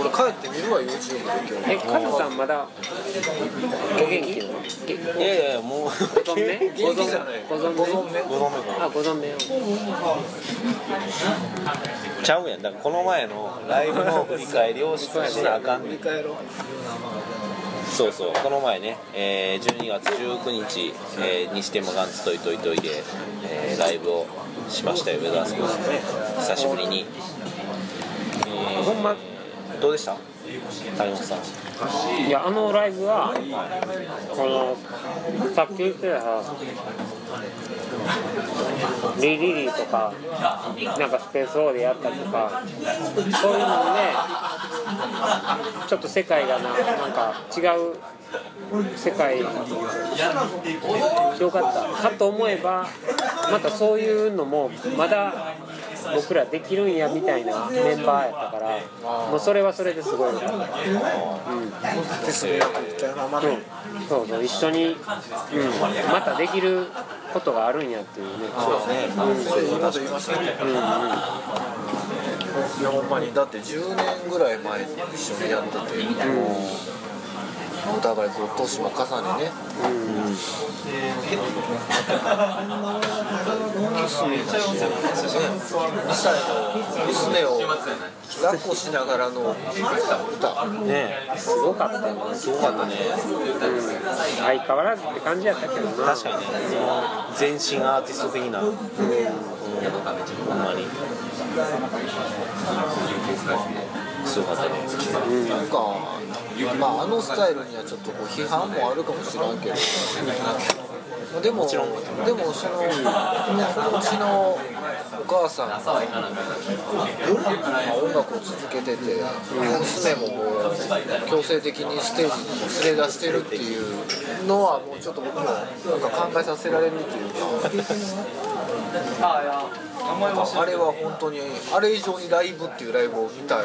Speaker 2: 俺帰って見るわ YouTube で今日
Speaker 3: えカズさんまだお元気なのげ
Speaker 1: いやいやいやもう
Speaker 3: ご存命
Speaker 2: 元気じゃない
Speaker 3: ご存
Speaker 2: ご存命
Speaker 3: 命
Speaker 1: 5度目か
Speaker 3: あご存命
Speaker 1: な ちゃうやんだからこの前のライブの振り返りをしなあかんねん
Speaker 2: 帰ろう
Speaker 1: そうそうこの前ね、えー12月19日、えーにしてもガンツトイトイトイで、えーライブをしましたよ上田スポーツね久しぶりに、えー
Speaker 3: ほんま
Speaker 1: どうでした谷本さん
Speaker 3: いやあのライブはこのさっき言ってたさリリリとかなんかスペースオーでやったりとかそういうのもねちょっと世界がななんか違う世界よかったかと思えばまたそういうのもまだ僕らできるんやみたいなメンバーやったからもうそれはそれですごいよかった。
Speaker 2: 手すりがみたいなまだ
Speaker 3: そうそう一緒に、うん、またできることがあるんやっていうね
Speaker 2: そうですね、うん、そういいこと言いましたね、うんうん、いやほんまにだって10年ぐらい前に一緒にやってて、お互いこう年も重ねね、2歳の娘を抱っこしながらの歌
Speaker 1: ね
Speaker 3: すごかったよね、
Speaker 1: すごかったね
Speaker 3: うん、相変わらずって感じやったけどな
Speaker 1: 確かにねその全身アーティスト的な、うん、ほんまにすごかったね
Speaker 2: なんか、まあ、あのスタイルにはちょっとこう批判もあるかもしれんけど、でも、でもその、このうちのお母さんが、まあ音楽を続けてて、娘もこう強制的にステージに連れ出してるっていうのは、もうちょっと僕もなんか考えさせられるっていうか。あれは本当にあれ以上にライブっていうライブを見たい、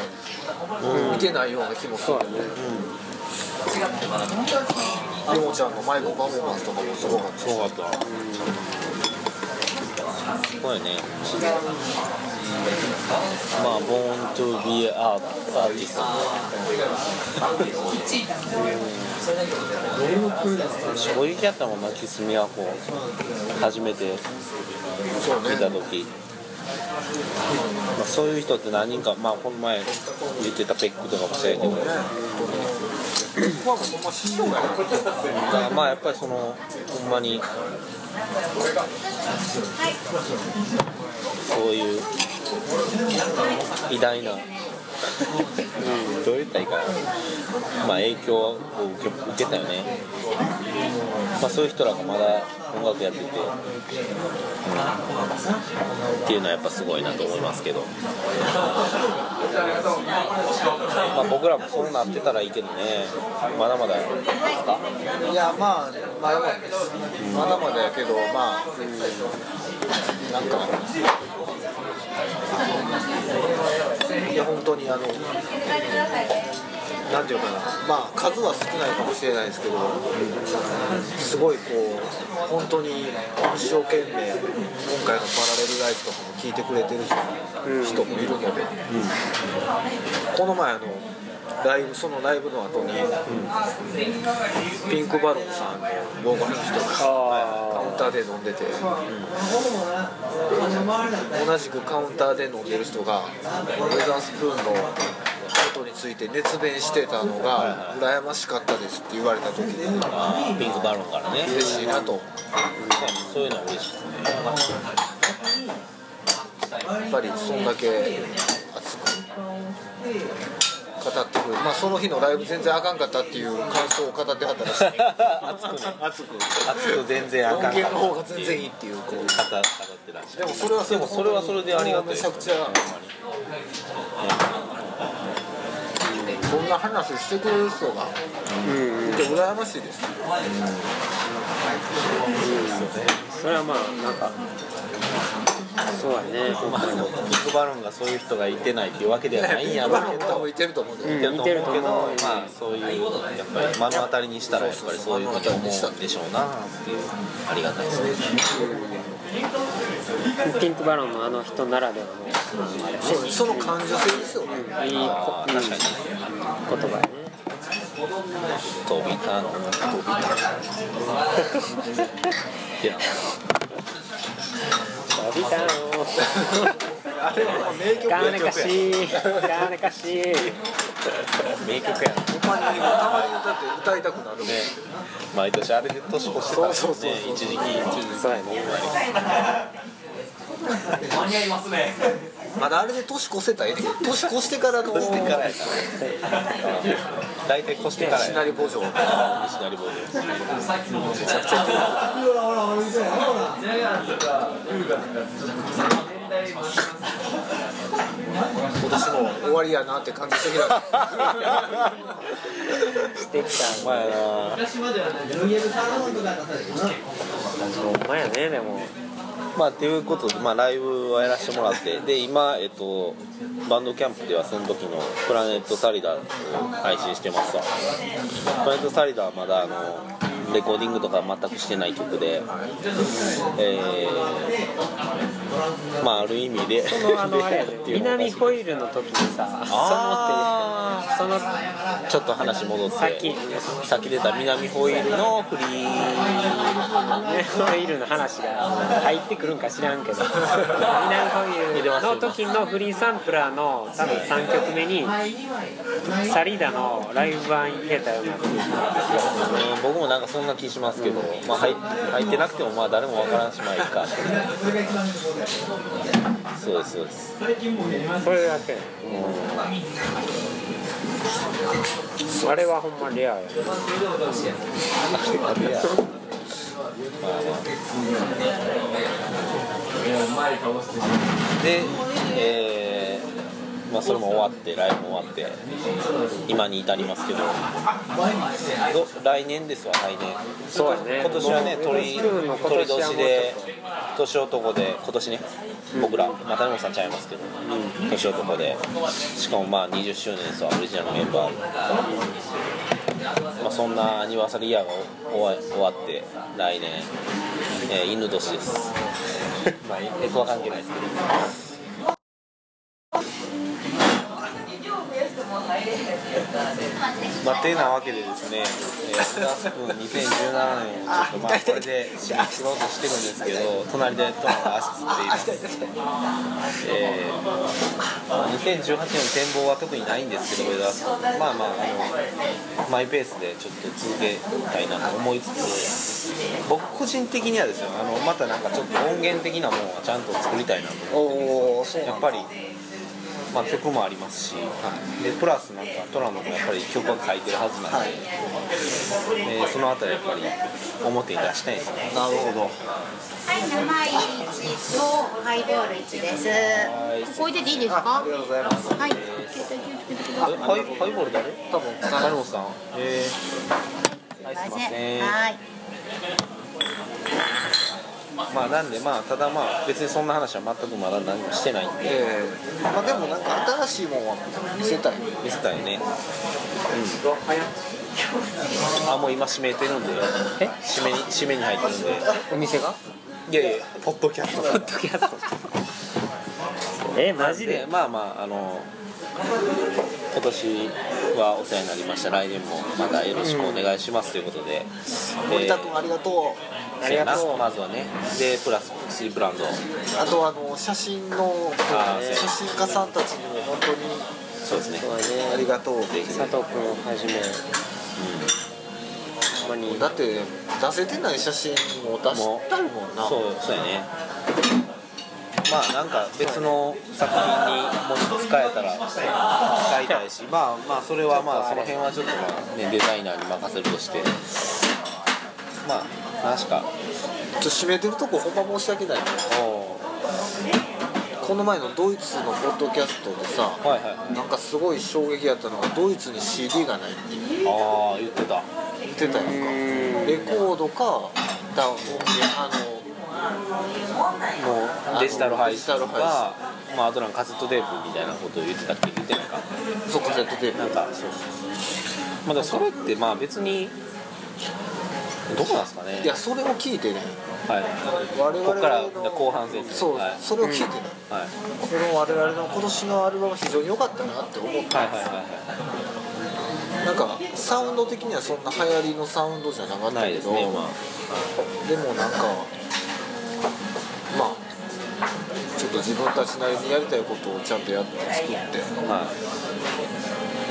Speaker 2: 見てないような気もする
Speaker 3: そうだね
Speaker 2: レモちゃんの前のパフォーマンスとかもすごかった
Speaker 1: すごかったすごいねまあ Born to be a artist 衝撃やったもんなキスミはこう初めて
Speaker 2: そう
Speaker 1: 見た
Speaker 2: ね
Speaker 1: 時、まあ、そういう人って何人かまあこの前言ってたペックとかもそうやけど
Speaker 2: 僕はほんま師匠が
Speaker 1: まあまあやっぱりそのほんまにそういう偉大な、うん、どう言ったらいいかなまあ影響を受け受けたよねまあそういう人らがまだ音楽やってて、うんっていうのはやっぱすごいなと思いますけどまあ僕らもそうなってたらいいけどねまだまだ
Speaker 2: いやまあまだまだですまだまだやけどまあうんなんかいや本当にあのなんていうかなまあ数は少ないかもしれないですけど、すごいこう本当に一生懸命今回のパラレルライフとかも聞いてくれてる人もいるので、この前あのライブそのライブの後に、ピンクバロンさんのボーカルの人がカ
Speaker 3: あ
Speaker 2: ウンターで飲んでて、同じくカウンターで飲んでる人がウェザースプーンのことについて熱弁してたのが羨ましかったですって言われた時に
Speaker 1: あーピンクバロンからね
Speaker 2: 嬉しいなと
Speaker 1: そういうのは嬉しい
Speaker 2: やっぱりそんだけ熱く語ってくれるまあその日のライブ全然あかんかったっていう感想を語ってはったらしい
Speaker 1: 熱くね
Speaker 2: 熱く
Speaker 1: 熱く全然あ
Speaker 2: 音
Speaker 1: かんかっ
Speaker 2: 源
Speaker 1: た
Speaker 2: の方が全然いいっていうこう
Speaker 1: 語ってらっしゃる
Speaker 2: でもそれは
Speaker 1: でもそれはそれでありがたい
Speaker 2: めちゃくちゃ
Speaker 1: ほんまに
Speaker 2: そんな話をしてくれる人がいて羨ましいですね
Speaker 3: それはまあなんかそうやね
Speaker 1: まあでもビッグバロンがそういう人がいてないっていうわけではないんやろ
Speaker 2: 今
Speaker 1: う
Speaker 2: の
Speaker 1: け
Speaker 2: も
Speaker 1: ど
Speaker 2: 向いてると思うんで、
Speaker 3: う
Speaker 1: い
Speaker 3: ん
Speaker 1: ると思うけど
Speaker 3: 似てると思う
Speaker 1: まあそういうやっぱり目の当たりにしたらやっぱりそういうことを思うんでしょうなっていうありがたいですね
Speaker 3: ピンクバロンのあの人ならではのあれね
Speaker 2: そうその感受性ですよね、
Speaker 3: いいこ
Speaker 1: ああ
Speaker 3: うん
Speaker 1: 確かに
Speaker 3: 言 葉やね
Speaker 1: 飛びたの飛びたいや
Speaker 3: 「ビタン」
Speaker 2: あれはもう名曲
Speaker 3: 「金貸し」「金貸し」
Speaker 1: 名曲やな
Speaker 2: たまにたまにだって歌いたくなるもん
Speaker 1: ね毎年あれで年越してたもんね
Speaker 2: そうそうそうそう
Speaker 1: 一時期
Speaker 3: そうやね
Speaker 2: まだあれで年越せたらええねんけど年越してからの
Speaker 1: 越してからやからね大体越してから
Speaker 2: し
Speaker 1: や
Speaker 2: なり墓場
Speaker 1: 西成坊で
Speaker 2: 今年も終わりやなって感じして きた
Speaker 3: してきた
Speaker 1: まやな
Speaker 3: ほんまやね でも
Speaker 1: まあということで、まあ、ライブはやらせてもらってで今、えっと、バンドキャンプではその時の「プラネットサリダー」を配信してますわプラネットサリダーはまだあのレコーディングとか全くしてない曲で、えーまあある意味で
Speaker 3: そのあのあれやね
Speaker 1: っていうのもおかし
Speaker 3: 南
Speaker 1: い
Speaker 3: ホイールの時にさ
Speaker 1: あ
Speaker 3: その手その
Speaker 1: ちょっと話戻って
Speaker 3: さっき
Speaker 1: さっき出た南ホイールのフリー
Speaker 3: 南ホイールの話が入ってくるんか知らんけど南ホイールの時のフリーサンプラーの多分3曲目にサリーダのライブ版入れたような気がする
Speaker 1: うん僕もなんかそんな気しますけど、まあ、入入ってなくてもまあ誰もわからんしまあいいかそうですそうです
Speaker 3: それだけあれはほんまレアや
Speaker 1: まあまあでえーまあそれも終わってライブも終わって今に至りますけどど来年ですわ来年
Speaker 3: そうやね
Speaker 1: 今年はね鳥鳥年で年男で今年ね僕らまた谷本さんちゃいますけど、年男でしかもまあ20周年ですわオリジナルメンバー、まあ、そんなアニバーサリーイヤーが終わ終わって来年、えー犬年です まあ F は関係ないですけどまあ、てなわけでですね、えー、ラスプーン2017年をちょっと まあこれで締め切ろうとしてるんですけど隣でトマが足つっています、えーまあ、2018年の展望は特にないんですけど上田まあまああのマイペースでちょっと続けたいなと思いつつ僕個人的にはですよあのまたなんかちょっと音源的なものはちゃんと作りたいなと
Speaker 2: おおそう
Speaker 1: やっぱり、まあ、曲もありますし、でプラスなんかトラノもやっぱり曲は書いてるはずなんで、えーそのあたりやっぱり表に出したいですね
Speaker 2: なるほど
Speaker 4: はい、生1とハイボール1です。ここ置いてていいですか。
Speaker 2: ありがとうございます
Speaker 4: はい。携帯気をつけてくだ
Speaker 1: え
Speaker 4: さい。
Speaker 1: ハイハイボール誰
Speaker 2: 多分
Speaker 1: 成本さんえ
Speaker 4: すいま
Speaker 1: いません
Speaker 4: せん。は
Speaker 1: ー
Speaker 4: い。
Speaker 1: まあなんでまあただまあ別にそんな話は全くまだ何もしてないんで
Speaker 2: ええまあでもなんか新しいもんは見せたい
Speaker 1: 見せたいねうんあもう今閉めてるんで
Speaker 3: え
Speaker 1: 締めに締めに入ってるんで
Speaker 3: お店が
Speaker 1: いやいやポッドキャスト
Speaker 3: ポッドキャストえマジで
Speaker 1: でまあまああの今年はお世話になりました来年もまたよろしくお願いしますということで、
Speaker 2: 森田君ありがと
Speaker 1: え
Speaker 3: ありがとう
Speaker 1: そうやなまずはねでプラス薬ブランド
Speaker 2: うあとあの写真の
Speaker 1: あー
Speaker 2: 写真家さんたちにも本当に
Speaker 1: そうですね
Speaker 2: ありがとう
Speaker 1: ぜひ
Speaker 3: 佐藤君をはじめほんまに
Speaker 2: だって出せてない写真も出したいもんな
Speaker 1: そうそうやねまあなんか別の作品にもし使えたら使いたいしまあまあそれはまあその辺はちょっとまあねデザイナーに任せるとしてまあ何しか
Speaker 2: ちょっと締めてるとこほんま申し訳ないけど
Speaker 1: おー
Speaker 2: この前のドイツのポッドキャストでさ、
Speaker 1: はいは
Speaker 2: なんかすごい衝撃やったのがドイツに CD がないって
Speaker 1: ああ言ってた
Speaker 2: 言ってたやんかレコードかダウンロードあの
Speaker 1: もうデジタル配信とかまあ、あとなんかカセットテープみたいなことを言ってたっけ言ってないか
Speaker 2: そうカセットテープ
Speaker 1: なんかそうそうそうまあだからそれってまあ別にどうなんですかね
Speaker 2: いやそれを聞いてね
Speaker 1: はい
Speaker 2: 我々の
Speaker 1: ここから後半戦ですね
Speaker 2: そう、
Speaker 1: はい
Speaker 2: それを聞いてね、
Speaker 1: はい
Speaker 2: この我々の今年のアルバムは非常に良かったなって思っ
Speaker 1: はい
Speaker 2: た、
Speaker 1: はいは
Speaker 2: なんかサウンド的にはそんな流行りのサウンドじゃなかっ
Speaker 1: い
Speaker 2: た
Speaker 1: ない
Speaker 2: け
Speaker 1: です
Speaker 2: ど
Speaker 1: ねまあ
Speaker 2: でもなんかまあちょっと自分たちなりにやりたいことをちゃんとやって作って
Speaker 1: は、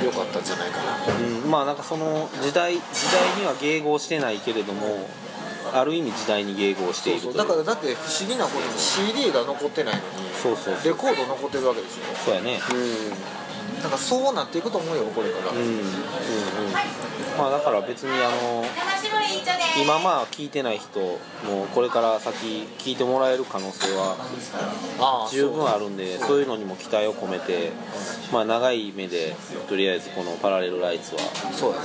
Speaker 2: よかったんじゃないかない
Speaker 1: うん、まあなんかその時代時代には迎合してないけれどもある意味時代に迎合しているとい
Speaker 2: そ
Speaker 1: うう
Speaker 2: だからだって不思議なことに CD が残ってないのに
Speaker 1: そうそうそう
Speaker 2: レコード残ってるわけでしょ
Speaker 1: そうやね
Speaker 2: だからそうなっていくと思うよこれから、
Speaker 1: うんうんうんまあだから別にあの今まあ聞いてない人もこれから先聞いてもらえる可能性は
Speaker 2: ああ
Speaker 1: 十分あ
Speaker 2: る
Speaker 1: るんでそういうのにも期待を込めてまあ長い目でとりあえずこの「パラレルライツ」は
Speaker 2: そうやね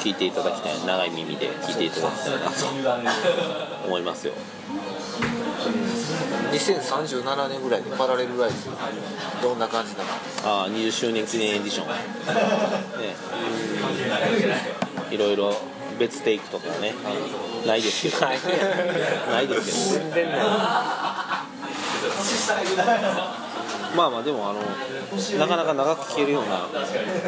Speaker 1: 聞いていただきたい長い耳で聞いていただきたいなと思いますよ
Speaker 2: 2037年ぐらいにパラレルライズどんな感じなのか
Speaker 1: ああ20周年記念エディションねいろいろ別テイクとかねないですけど
Speaker 3: ない
Speaker 1: ないですけど
Speaker 3: 全然ない
Speaker 1: まあまあでもあのなかなか長く聴けるような、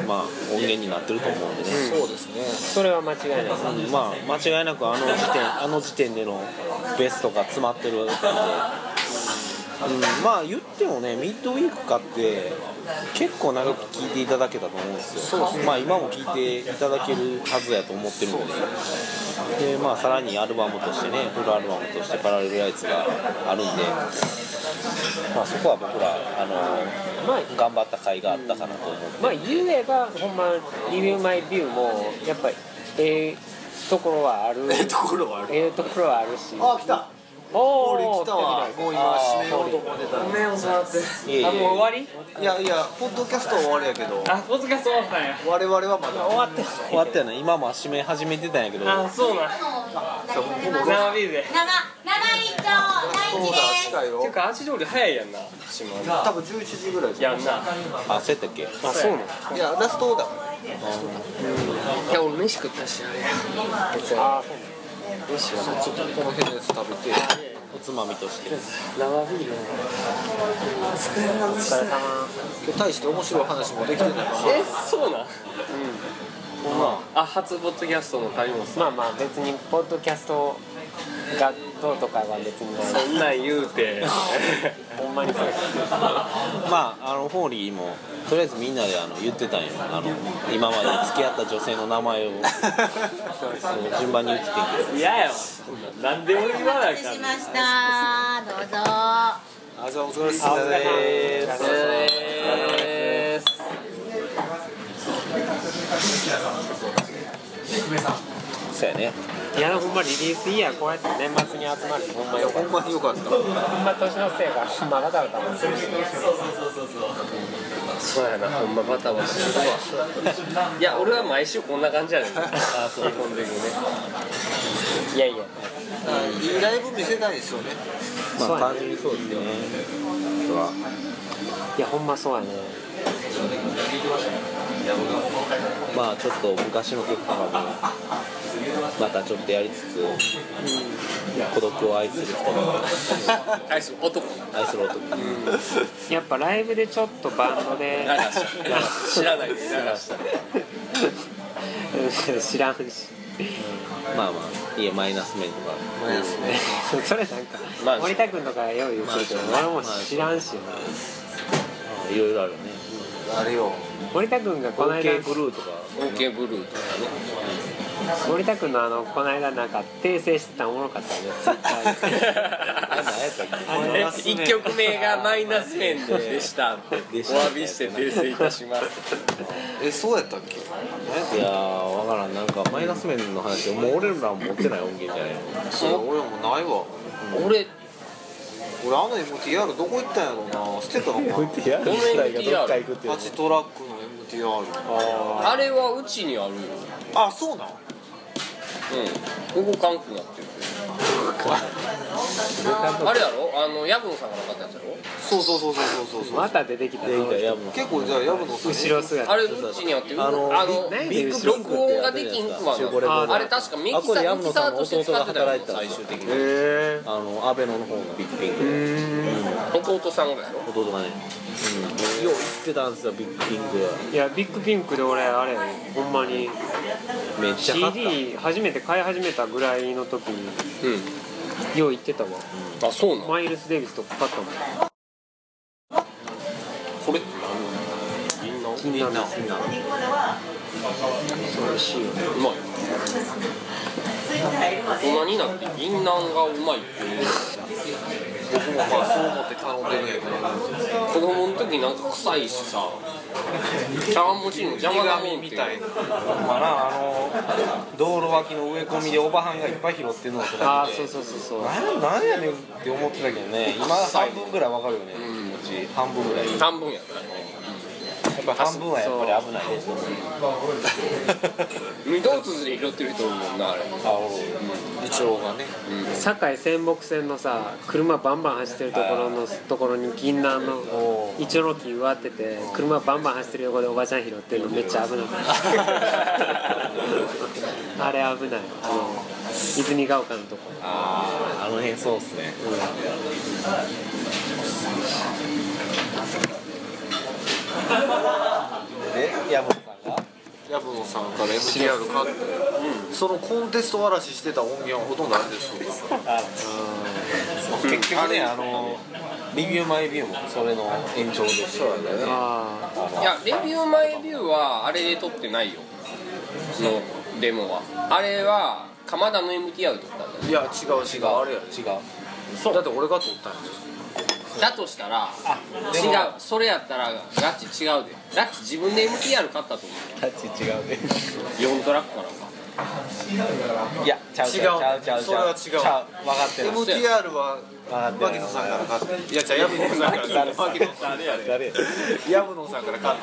Speaker 1: まあ、音源になってると思うんでね、
Speaker 2: そうですね
Speaker 3: それは間違いないです
Speaker 1: まあ間違いなくあの時点 あの時点でのベストが詰まってるんで、うん、まあ言ってもねミッドウィークかって結構長く聞いていただけたと思うんですよまあ今も聞いていただけるはずやと思ってるのででまあさらにアルバムとしてねフルアルバムとしてパラレルライツがあるんでまあそこは僕らあの
Speaker 3: まあ
Speaker 1: 頑張った甲斐があったかなと思って。
Speaker 3: まあ言えばほんま「リビュー・マイ・ビュー」もやっぱりええところはある
Speaker 2: ええところはある
Speaker 3: ええところはあるし
Speaker 2: あ来た
Speaker 3: お
Speaker 2: 俺来たわもう今締めようと思ってたごめんおさ
Speaker 1: いえいえ
Speaker 3: あもう終わり
Speaker 2: いやいやポッドキャストは終わりやけど
Speaker 3: あポッドキャスト終わったんや
Speaker 2: 我々はまだ
Speaker 3: 終わってない
Speaker 1: 終わったよね今も締め始めてたんやけど
Speaker 3: あそうなん
Speaker 2: そうほぼラス
Speaker 3: 生ビールで
Speaker 4: 生生一丁
Speaker 2: ト
Speaker 4: 大
Speaker 2: オー
Speaker 4: 地で
Speaker 2: ダー近い
Speaker 3: ていう
Speaker 2: よ
Speaker 3: か足通り早いやんな島根
Speaker 2: 多分11時ぐらいじゃ
Speaker 3: やんなあ
Speaker 1: あそうやったっけ
Speaker 3: そうなん
Speaker 2: んいやラストオーダー
Speaker 6: いや俺飯食ったしあれ
Speaker 3: あそう
Speaker 2: ちょっとこの辺のやつ食べて
Speaker 1: おつまみとして
Speaker 6: 生ビール
Speaker 2: 今日大して面白い話もできてないな
Speaker 6: えそうなん
Speaker 1: ま
Speaker 6: あ初ポッドキャストの旅も
Speaker 3: まあまあ別にポッドキャストがどうとかは別にない
Speaker 6: そんなん言うて
Speaker 3: ほんまにそう
Speaker 1: あ、まあ、あのホーリーもとりあえずみんなであの言ってたんよあの今まで付き合った女性の名前 をそう順番に言っててんけど
Speaker 6: 嫌やわなんでも
Speaker 4: お
Speaker 6: 言わな
Speaker 4: 待
Speaker 6: あ
Speaker 4: た
Speaker 6: か
Speaker 4: せ
Speaker 6: ん
Speaker 4: し
Speaker 6: の
Speaker 4: ましたどうぞ
Speaker 2: あじゃあお疲れ様ですす
Speaker 6: えー
Speaker 1: そうやね
Speaker 3: いやほんまリリースイヤーこうやって年末に集まるってほんま
Speaker 2: い
Speaker 3: よ
Speaker 2: やほんまによかった
Speaker 3: ほんま年のせいかほんまガタガタもする
Speaker 6: そうやなほんまバタバタしてるわいや俺は毎週こんな感じやねん
Speaker 1: あそう
Speaker 6: 基本的にね
Speaker 3: いやいや
Speaker 2: いいライブ見せたいですよね
Speaker 1: まあ単純にそうですよね
Speaker 3: いやほんまそうやね
Speaker 1: まあちょっと昔の曲とかもまたちょっとやりつつ孤独を愛する人が
Speaker 6: 愛する男
Speaker 1: 愛する男
Speaker 3: やっぱライブでちょっとバンドで
Speaker 6: 流した知らないで流した
Speaker 3: うん知らんし
Speaker 1: まあまあいやマイナス面とか
Speaker 2: まあですね
Speaker 3: それなんか
Speaker 6: まあ
Speaker 3: 森田君とかよう言ってるけど
Speaker 1: まあ
Speaker 3: 俺も知らんしな
Speaker 1: うんいろいろあるよね
Speaker 2: あれよ
Speaker 3: 森田君がこの間
Speaker 1: OK ブルーとか
Speaker 6: OK ブルーとか
Speaker 3: 森田君のあのこの間なんか訂正してたのおもろかったねツイッターで
Speaker 1: あれ何やったっけ
Speaker 3: あの
Speaker 6: え一曲目がマイナス面でしたってお
Speaker 1: でした
Speaker 6: 詫びして訂正いたします
Speaker 2: えそうやったっけ
Speaker 1: いやー分からんなんかマイナス面の話もう俺ら持ってない音源じゃないの
Speaker 2: そう俺もないわ
Speaker 6: 俺
Speaker 2: 俺あの MTR どこ行ったんやろうな捨てたのかな
Speaker 5: VTR 自体がどっか行くっていう
Speaker 2: 8トラックの MTR
Speaker 6: あれはうちにあるよ
Speaker 2: あそうなん
Speaker 6: うん動かんくなってるあれやろあのヤブンさんがなかったやつやろ
Speaker 2: そうそうそうそうそうそう、
Speaker 3: また出てきた
Speaker 1: でいい
Speaker 3: ぞ
Speaker 1: んだよもう
Speaker 2: 結構じゃあヤブのさ
Speaker 3: 後ろ姿
Speaker 6: あれうちにあって
Speaker 1: あの
Speaker 6: あの
Speaker 1: ビ
Speaker 3: ビ
Speaker 1: ビッグ
Speaker 3: ッグ
Speaker 1: ブロ
Speaker 6: 録音ができんくま
Speaker 1: 中古レコ
Speaker 3: ー
Speaker 6: な
Speaker 3: ド
Speaker 6: あれ確かミ
Speaker 1: あ
Speaker 6: キ
Speaker 1: こ
Speaker 6: サ
Speaker 1: れ
Speaker 6: ー
Speaker 1: ヤ
Speaker 6: ミ
Speaker 1: ム
Speaker 6: キ
Speaker 1: ノ
Speaker 6: サ
Speaker 1: さん
Speaker 6: ー
Speaker 1: の
Speaker 6: として
Speaker 1: 弟
Speaker 6: 使っ
Speaker 1: が
Speaker 6: てたよ
Speaker 1: 働いてたんですよ最終的に
Speaker 2: へえ
Speaker 1: あのアベノの方のビッグピンクで
Speaker 6: 弟さんがやろ
Speaker 1: 弟がね、うん、よう行ってたんですよビッグピンク
Speaker 3: いやビッグピンクで俺あれほんまに
Speaker 1: めっちゃ買った
Speaker 3: CD 初めて買い始めたぐらいの時に
Speaker 6: う
Speaker 3: よう言ってたわ
Speaker 6: んあそうなの
Speaker 3: マイルス・デイビスとか買ったもん
Speaker 6: これって何なの
Speaker 3: 気になるそうらしいよね
Speaker 6: うまい大人になって銀杏がうまいっていう
Speaker 2: 僕もまあそう思って頼んでるんやけど
Speaker 6: 子供の時なんか臭いしさ茶碗蒸しの邪魔だもん
Speaker 2: み
Speaker 6: み
Speaker 2: た
Speaker 6: た
Speaker 2: い
Speaker 6: い
Speaker 2: な
Speaker 6: な
Speaker 2: まあなあの道路脇の植え込みでおばはんがいっぱい拾ってるのと
Speaker 3: あ
Speaker 2: か
Speaker 3: あそうそうそうそう
Speaker 2: なんなんやねんって思ってたけどね今半分ぐらいわかるよね気持ち半分ぐらいやっ
Speaker 6: 半分やな
Speaker 2: ぱ半分はやっぱり危ないね
Speaker 6: 御堂筋で拾ってる人おるもんなあれ
Speaker 2: あおイチョウがね
Speaker 3: 堺仙北線のさ車バンバン走ってるところのところに銀杏のイチョウの木植わってて車バンバン走ってる横でおばちゃん拾ってるのめっちゃ 危なかったあれ危ないあの泉ヶ丘のとこ
Speaker 1: ああの辺そうっすね
Speaker 2: でヤブさんがヤブさんから MTR 買って、そのコンテスト嵐してた音源はほとんどあれですけど
Speaker 1: 結
Speaker 2: あ
Speaker 1: 局
Speaker 2: れ
Speaker 1: ね
Speaker 2: あ
Speaker 1: あの
Speaker 2: のリビューマイビューもそれの延長ですそうだね
Speaker 3: あ
Speaker 6: いやレビュー前ビューはあれで撮ってないよのデモはあれは鎌田の MTR で撮ったんだよ
Speaker 2: いや違う違うあれや違うだって俺が撮ったんや
Speaker 6: だとしたら
Speaker 2: で
Speaker 6: 違
Speaker 2: も
Speaker 6: うそれやったらガチ違うでガチ自分で MTR 買ったと思
Speaker 1: タッチ違うね
Speaker 6: う4トラックからか
Speaker 1: いやちゃうちゃうちゃうちゃう
Speaker 2: それは違う
Speaker 1: ちゃう分かってる
Speaker 2: MTR は
Speaker 1: 分かっ
Speaker 2: 牧
Speaker 1: てる
Speaker 2: 野さんから買っていやじゃあ薮野さんから
Speaker 1: 誰さ
Speaker 2: 牧野さん
Speaker 1: 誰や
Speaker 2: 薮野さんから買っ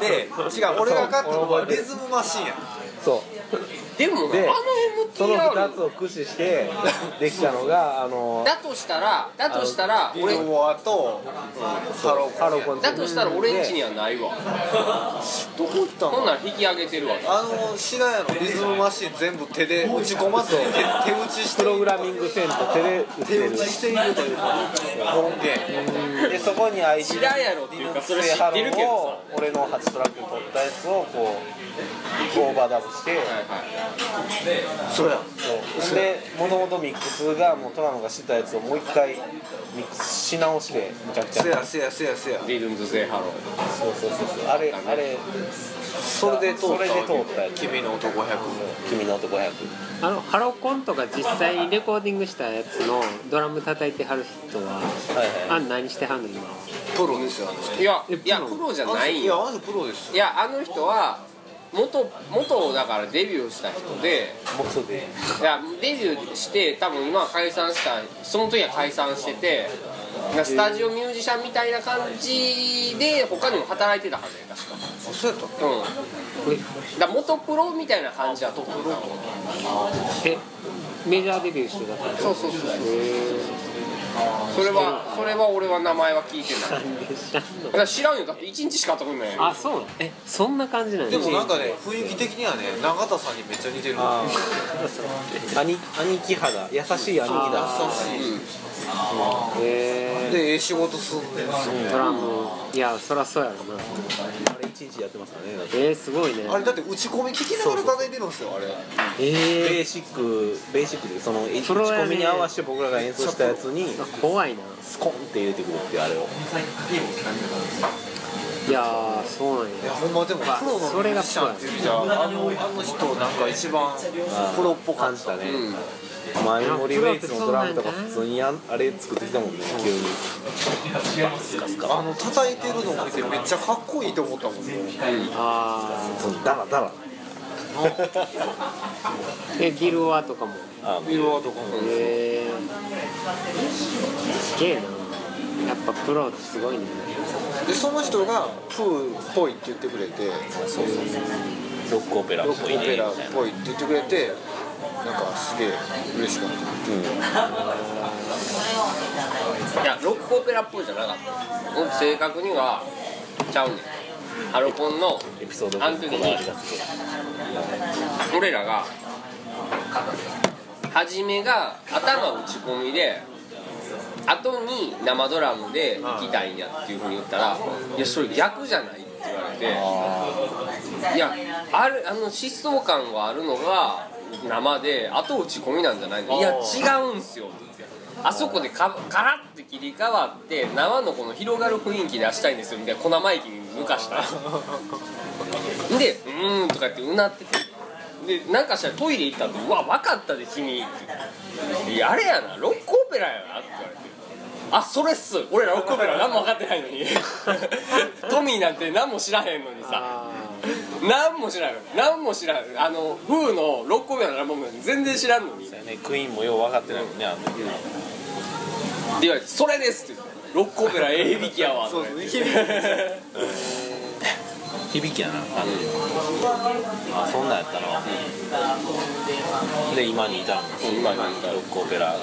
Speaker 2: てで違う俺が買ったのはリズムマシンや
Speaker 1: そう
Speaker 6: でも
Speaker 1: でその
Speaker 6: あの
Speaker 1: 2
Speaker 6: MTR
Speaker 1: つを駆使してできたのがあの
Speaker 6: だとしたらだとしたら
Speaker 2: これ
Speaker 6: 俺
Speaker 2: もあとハロー
Speaker 1: ハ
Speaker 2: コン
Speaker 1: ロコン
Speaker 6: だとしたら俺ん家にはないわ
Speaker 2: どこ行った
Speaker 6: こんなん引き上げてるわ
Speaker 2: あの白屋のリズムマシン全部手で打ち込まずに手手打ちして
Speaker 1: プログラミングセンター手で打って
Speaker 2: 手
Speaker 1: る
Speaker 2: 打ちしているというか音源
Speaker 1: でそこに ID
Speaker 6: 知らんやろっていうかそれ知ってるけど
Speaker 1: 俺の8トラックで撮ったやつをこうオーバーダブして
Speaker 2: そうや
Speaker 1: そうでもともとミックスがもうトラノがしてたやつをもう一回ミックスし直してめちゃくちゃ
Speaker 2: せやせやせやせや
Speaker 6: リズムズセイハロー
Speaker 1: そうそうそうそうあれあれ
Speaker 2: それで通ったわけ
Speaker 1: それで通ったやつ
Speaker 2: 君の男100
Speaker 1: 君の男500
Speaker 3: ああのハロコンとか実際にレコーディングしたやつのドラム叩いてはる人は
Speaker 1: はいは
Speaker 3: あん何してはんの今
Speaker 2: プロですよあの人
Speaker 6: いや
Speaker 3: え
Speaker 6: いや
Speaker 3: プロ
Speaker 6: プロじゃ
Speaker 2: あの
Speaker 6: な
Speaker 2: 人
Speaker 6: い
Speaker 2: いや
Speaker 6: よ
Speaker 2: あの人プロですよ
Speaker 6: いやあの人は元元だからデビューした人で
Speaker 1: いもうそうで
Speaker 6: いやデビューして多分今は解散したその時は解散しててなスタジオミュージシャンみたいな感じで他にも働いてたはずや確か
Speaker 2: そうやったっけ
Speaker 6: うんだから元プロみたいな感じはとってた
Speaker 3: えメジャーデビューしてたから
Speaker 6: そうそうそうそれはそれは俺は名前は聞いてない
Speaker 3: なんで知らんの
Speaker 6: だから知らんよだって1日しか会ったことないよ
Speaker 3: あそうなのえそんな感じなん
Speaker 2: でもなんかね雰囲気的にはね永田さんにめっちゃ似てる
Speaker 1: あ
Speaker 3: そう
Speaker 1: あ兄兄貴肌優しい兄貴だ
Speaker 3: あへ
Speaker 2: でええ仕事すんねん
Speaker 3: えドラムいやそらそうやろな
Speaker 1: あれ一日やってますからねだって
Speaker 3: えー、すごいね
Speaker 2: あれだって打ち込み聞きながら叩いてるんですよあれ
Speaker 1: ベ
Speaker 3: え
Speaker 1: ーシックベーシックでその打ち
Speaker 3: プロやね
Speaker 1: 込みに合わせて僕らが演奏したやつに
Speaker 3: ー、怖いな
Speaker 1: スコンって入れてくるっていうあれを
Speaker 3: いやーそうな
Speaker 2: い
Speaker 3: ん
Speaker 2: や
Speaker 3: や
Speaker 2: ほんまでもプロのミュージシャンっていう意味じゃあのあの人なんか一番プロっぽか
Speaker 1: 感
Speaker 2: っ
Speaker 1: じ
Speaker 2: た
Speaker 1: たね、マイメモリーウェイツのドラムとか普通にやんあれ作ってきたもんね急に
Speaker 2: あの叩いてるの見てめっちゃかっこいいと思ったもんね
Speaker 3: あ
Speaker 1: そのダラダラ
Speaker 3: でギルワとかも
Speaker 1: あ
Speaker 2: ビルワとかも
Speaker 3: へえすげえなやっぱプロってすごいね
Speaker 2: でその人がプーっぽいって言ってくれて
Speaker 1: そうそうロックオペラっ
Speaker 2: ロック
Speaker 1: ぽ
Speaker 2: オ
Speaker 1: いねみたい
Speaker 2: ペ
Speaker 1: な
Speaker 2: ラっぽいって言ってくれてなんかすげえ嬉しかった
Speaker 6: いやロックオペラっぽいじゃなかった僕正確にはちゃうねんハロコンの
Speaker 1: エピソード
Speaker 6: あの時に
Speaker 1: こだわりがす
Speaker 6: 俺らが初めが頭打ち込みで後に生ドラムで行きたいんやっていうふうに言ったら「いやそれ逆じゃない?」って言われて「いやあるあの疾走感があるのが生で後打ち込みなんじゃないの?」「いや違うんすよ」って言って。あそこでかカラッて切り替わって生のこの広がる雰囲気出したいんですよみたいな粉マイキに抜かしたで「うーん」とかってうなっててでなんかしたらトイレ行ったんで「うわ分かったで君」っていやあれやなロックオペラやな」って言われて「あそれっす俺らロックオペラ何も分かってないのに トミーなんて何も知らへんのにさ
Speaker 3: あ
Speaker 6: 何も知らんの何も知らんあのフーのロックオペラのラブも全然知らんのに」って
Speaker 1: ごいねクイーンもよう分かってないもんねあの時な
Speaker 6: 言われて「それです」って言って「ロックオペラええ響きやわ」とか言って
Speaker 1: 響きやなあのあそんなんやったなで今に至るの
Speaker 6: 今に至る
Speaker 1: ロックオペラが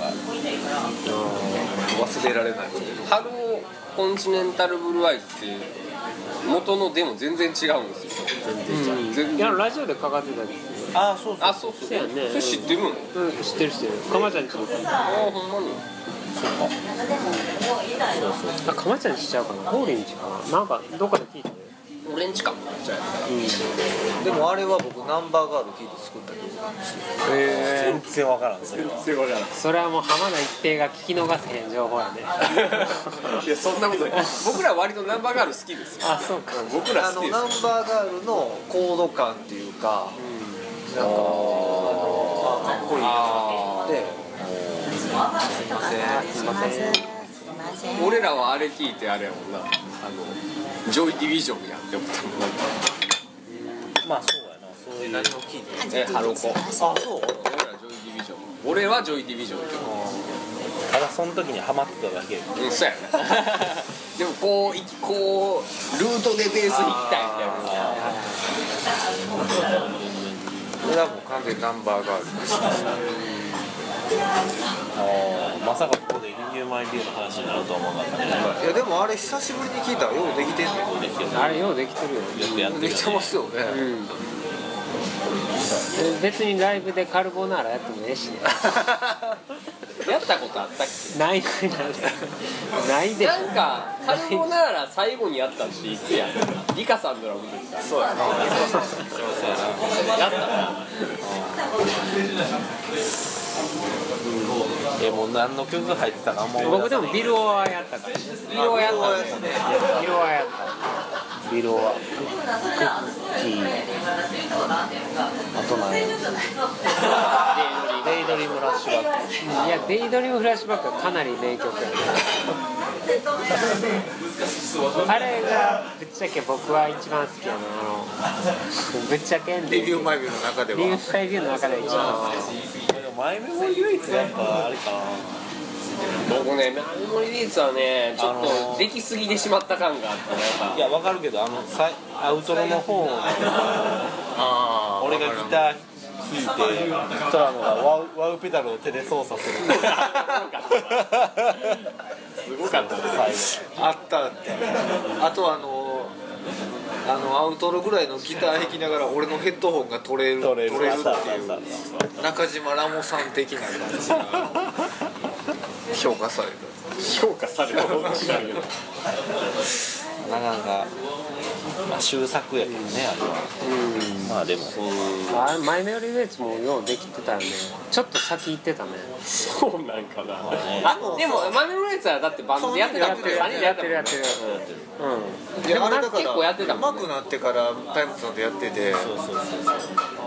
Speaker 2: 忘れられないことで
Speaker 6: ハローコンチネンタルブルーアイズって元のでも全然違うんですよ
Speaker 3: うん
Speaker 6: 全然
Speaker 3: いやラジオでかかってたけ
Speaker 1: あそう
Speaker 6: あそうそう
Speaker 3: そうやね
Speaker 6: それ知ってるの
Speaker 3: ど、うん、知ってる知ってるかまちゃんち
Speaker 6: ああほんまに
Speaker 3: あかまちゃんちちゃうかなオーレンジかななんかどっかで聞いたね
Speaker 6: 俺んちかじゃあ
Speaker 2: でもあれは僕ナンバーガール聞いて作ったけど
Speaker 3: へ
Speaker 1: 全然分からんそれは
Speaker 6: すごいな
Speaker 3: それはもう浜田一平が聞き逃せへん情報やね
Speaker 6: いやそんなことない僕ら割とナンバーガール好きですよ
Speaker 3: あそうか
Speaker 6: 僕
Speaker 2: あ
Speaker 6: ら好
Speaker 2: の
Speaker 6: きで
Speaker 2: ナン
Speaker 6: す
Speaker 2: バーガールのコード感っていうか、なんかあかっこいい
Speaker 6: あ
Speaker 2: ってすいません
Speaker 4: すいませんすいません
Speaker 6: ー俺らはあれ聞いてあれやもんなあのジョイディビジョンやって思ったもんなんか
Speaker 1: まあそうやなそういう
Speaker 2: 何を聞いて
Speaker 6: えハロコン
Speaker 2: あそう
Speaker 6: 俺らジョイディビジョン俺はジョイディビジョンって
Speaker 1: ただその時にハマってただけや
Speaker 6: うんそうやなでもこういこうルートでベース弾きたいみたいな
Speaker 2: これはもう完全にナンバーガールです
Speaker 1: あーまさかここで「リニューマイビュー」の話になるとは思わなかったね
Speaker 2: いやでもあれ久しぶりに聞いたらようできてんね
Speaker 1: そうですよね
Speaker 3: あれようできてるよね
Speaker 1: よくやって
Speaker 2: ん
Speaker 1: る
Speaker 2: で
Speaker 1: よ
Speaker 2: きて
Speaker 1: ね
Speaker 2: ますよね、
Speaker 3: え別にライブでカルボナーラやってもええしね
Speaker 6: やったことあったっけ
Speaker 3: ないないないないでしょ
Speaker 6: なんかカルボナーラ最後にやったっていつやリカさんドラムでしたそうやなやったな
Speaker 1: えもう何の曲が入ってたかあんま思い
Speaker 3: 僕
Speaker 1: 出せ
Speaker 3: で
Speaker 1: ない
Speaker 3: もビルオアやったから
Speaker 6: ビロやったね
Speaker 3: ビルオアやったビルオアクッキーあと何やデイドリームフラッシュバックいやデイドリームフラッシュバックはかなり名曲やねあれがぶっちゃけ僕は一番好きやなあのぶっちゃけんで
Speaker 2: レビューマイビューの中で
Speaker 3: リー
Speaker 2: は
Speaker 3: フレビューの中で一番好き
Speaker 1: でも前メモリ唯一やっぱあれかな
Speaker 6: 僕ねメモリーリーツはねちょっとできすぎてしまった感があったねやっ
Speaker 1: いやわかるけどあのさいアウトロの方の
Speaker 2: あ
Speaker 1: 俺がギター弾いてトラノがワウワウペダルを手で操作する
Speaker 6: ぱすごかったね
Speaker 1: 最
Speaker 2: あったってあとあのあのアウトロぐらいのギター弾きながら俺のヘッドホンが取れる
Speaker 1: 後取れる
Speaker 2: 取れるってい
Speaker 1: あっ
Speaker 2: う
Speaker 1: たあった
Speaker 2: 中島ラモさん的な感じが評価され
Speaker 6: 評価された方が知らんけど
Speaker 1: なかなか、まあ、終作やけどねあれはまあでも
Speaker 3: あれ前メロリーツもようできてたよねちょっと先行ってたね
Speaker 6: そうなんかなあでもマメロリーツはだってバンドでやってた
Speaker 2: やってる
Speaker 6: 3人でやっ
Speaker 3: やっ
Speaker 6: てたもん
Speaker 3: てるやってる
Speaker 2: た
Speaker 6: でも
Speaker 2: あれ
Speaker 6: なんか結構やってたもんね
Speaker 2: 上手くなってからタイムズさんとやってて
Speaker 1: そうそうそうそう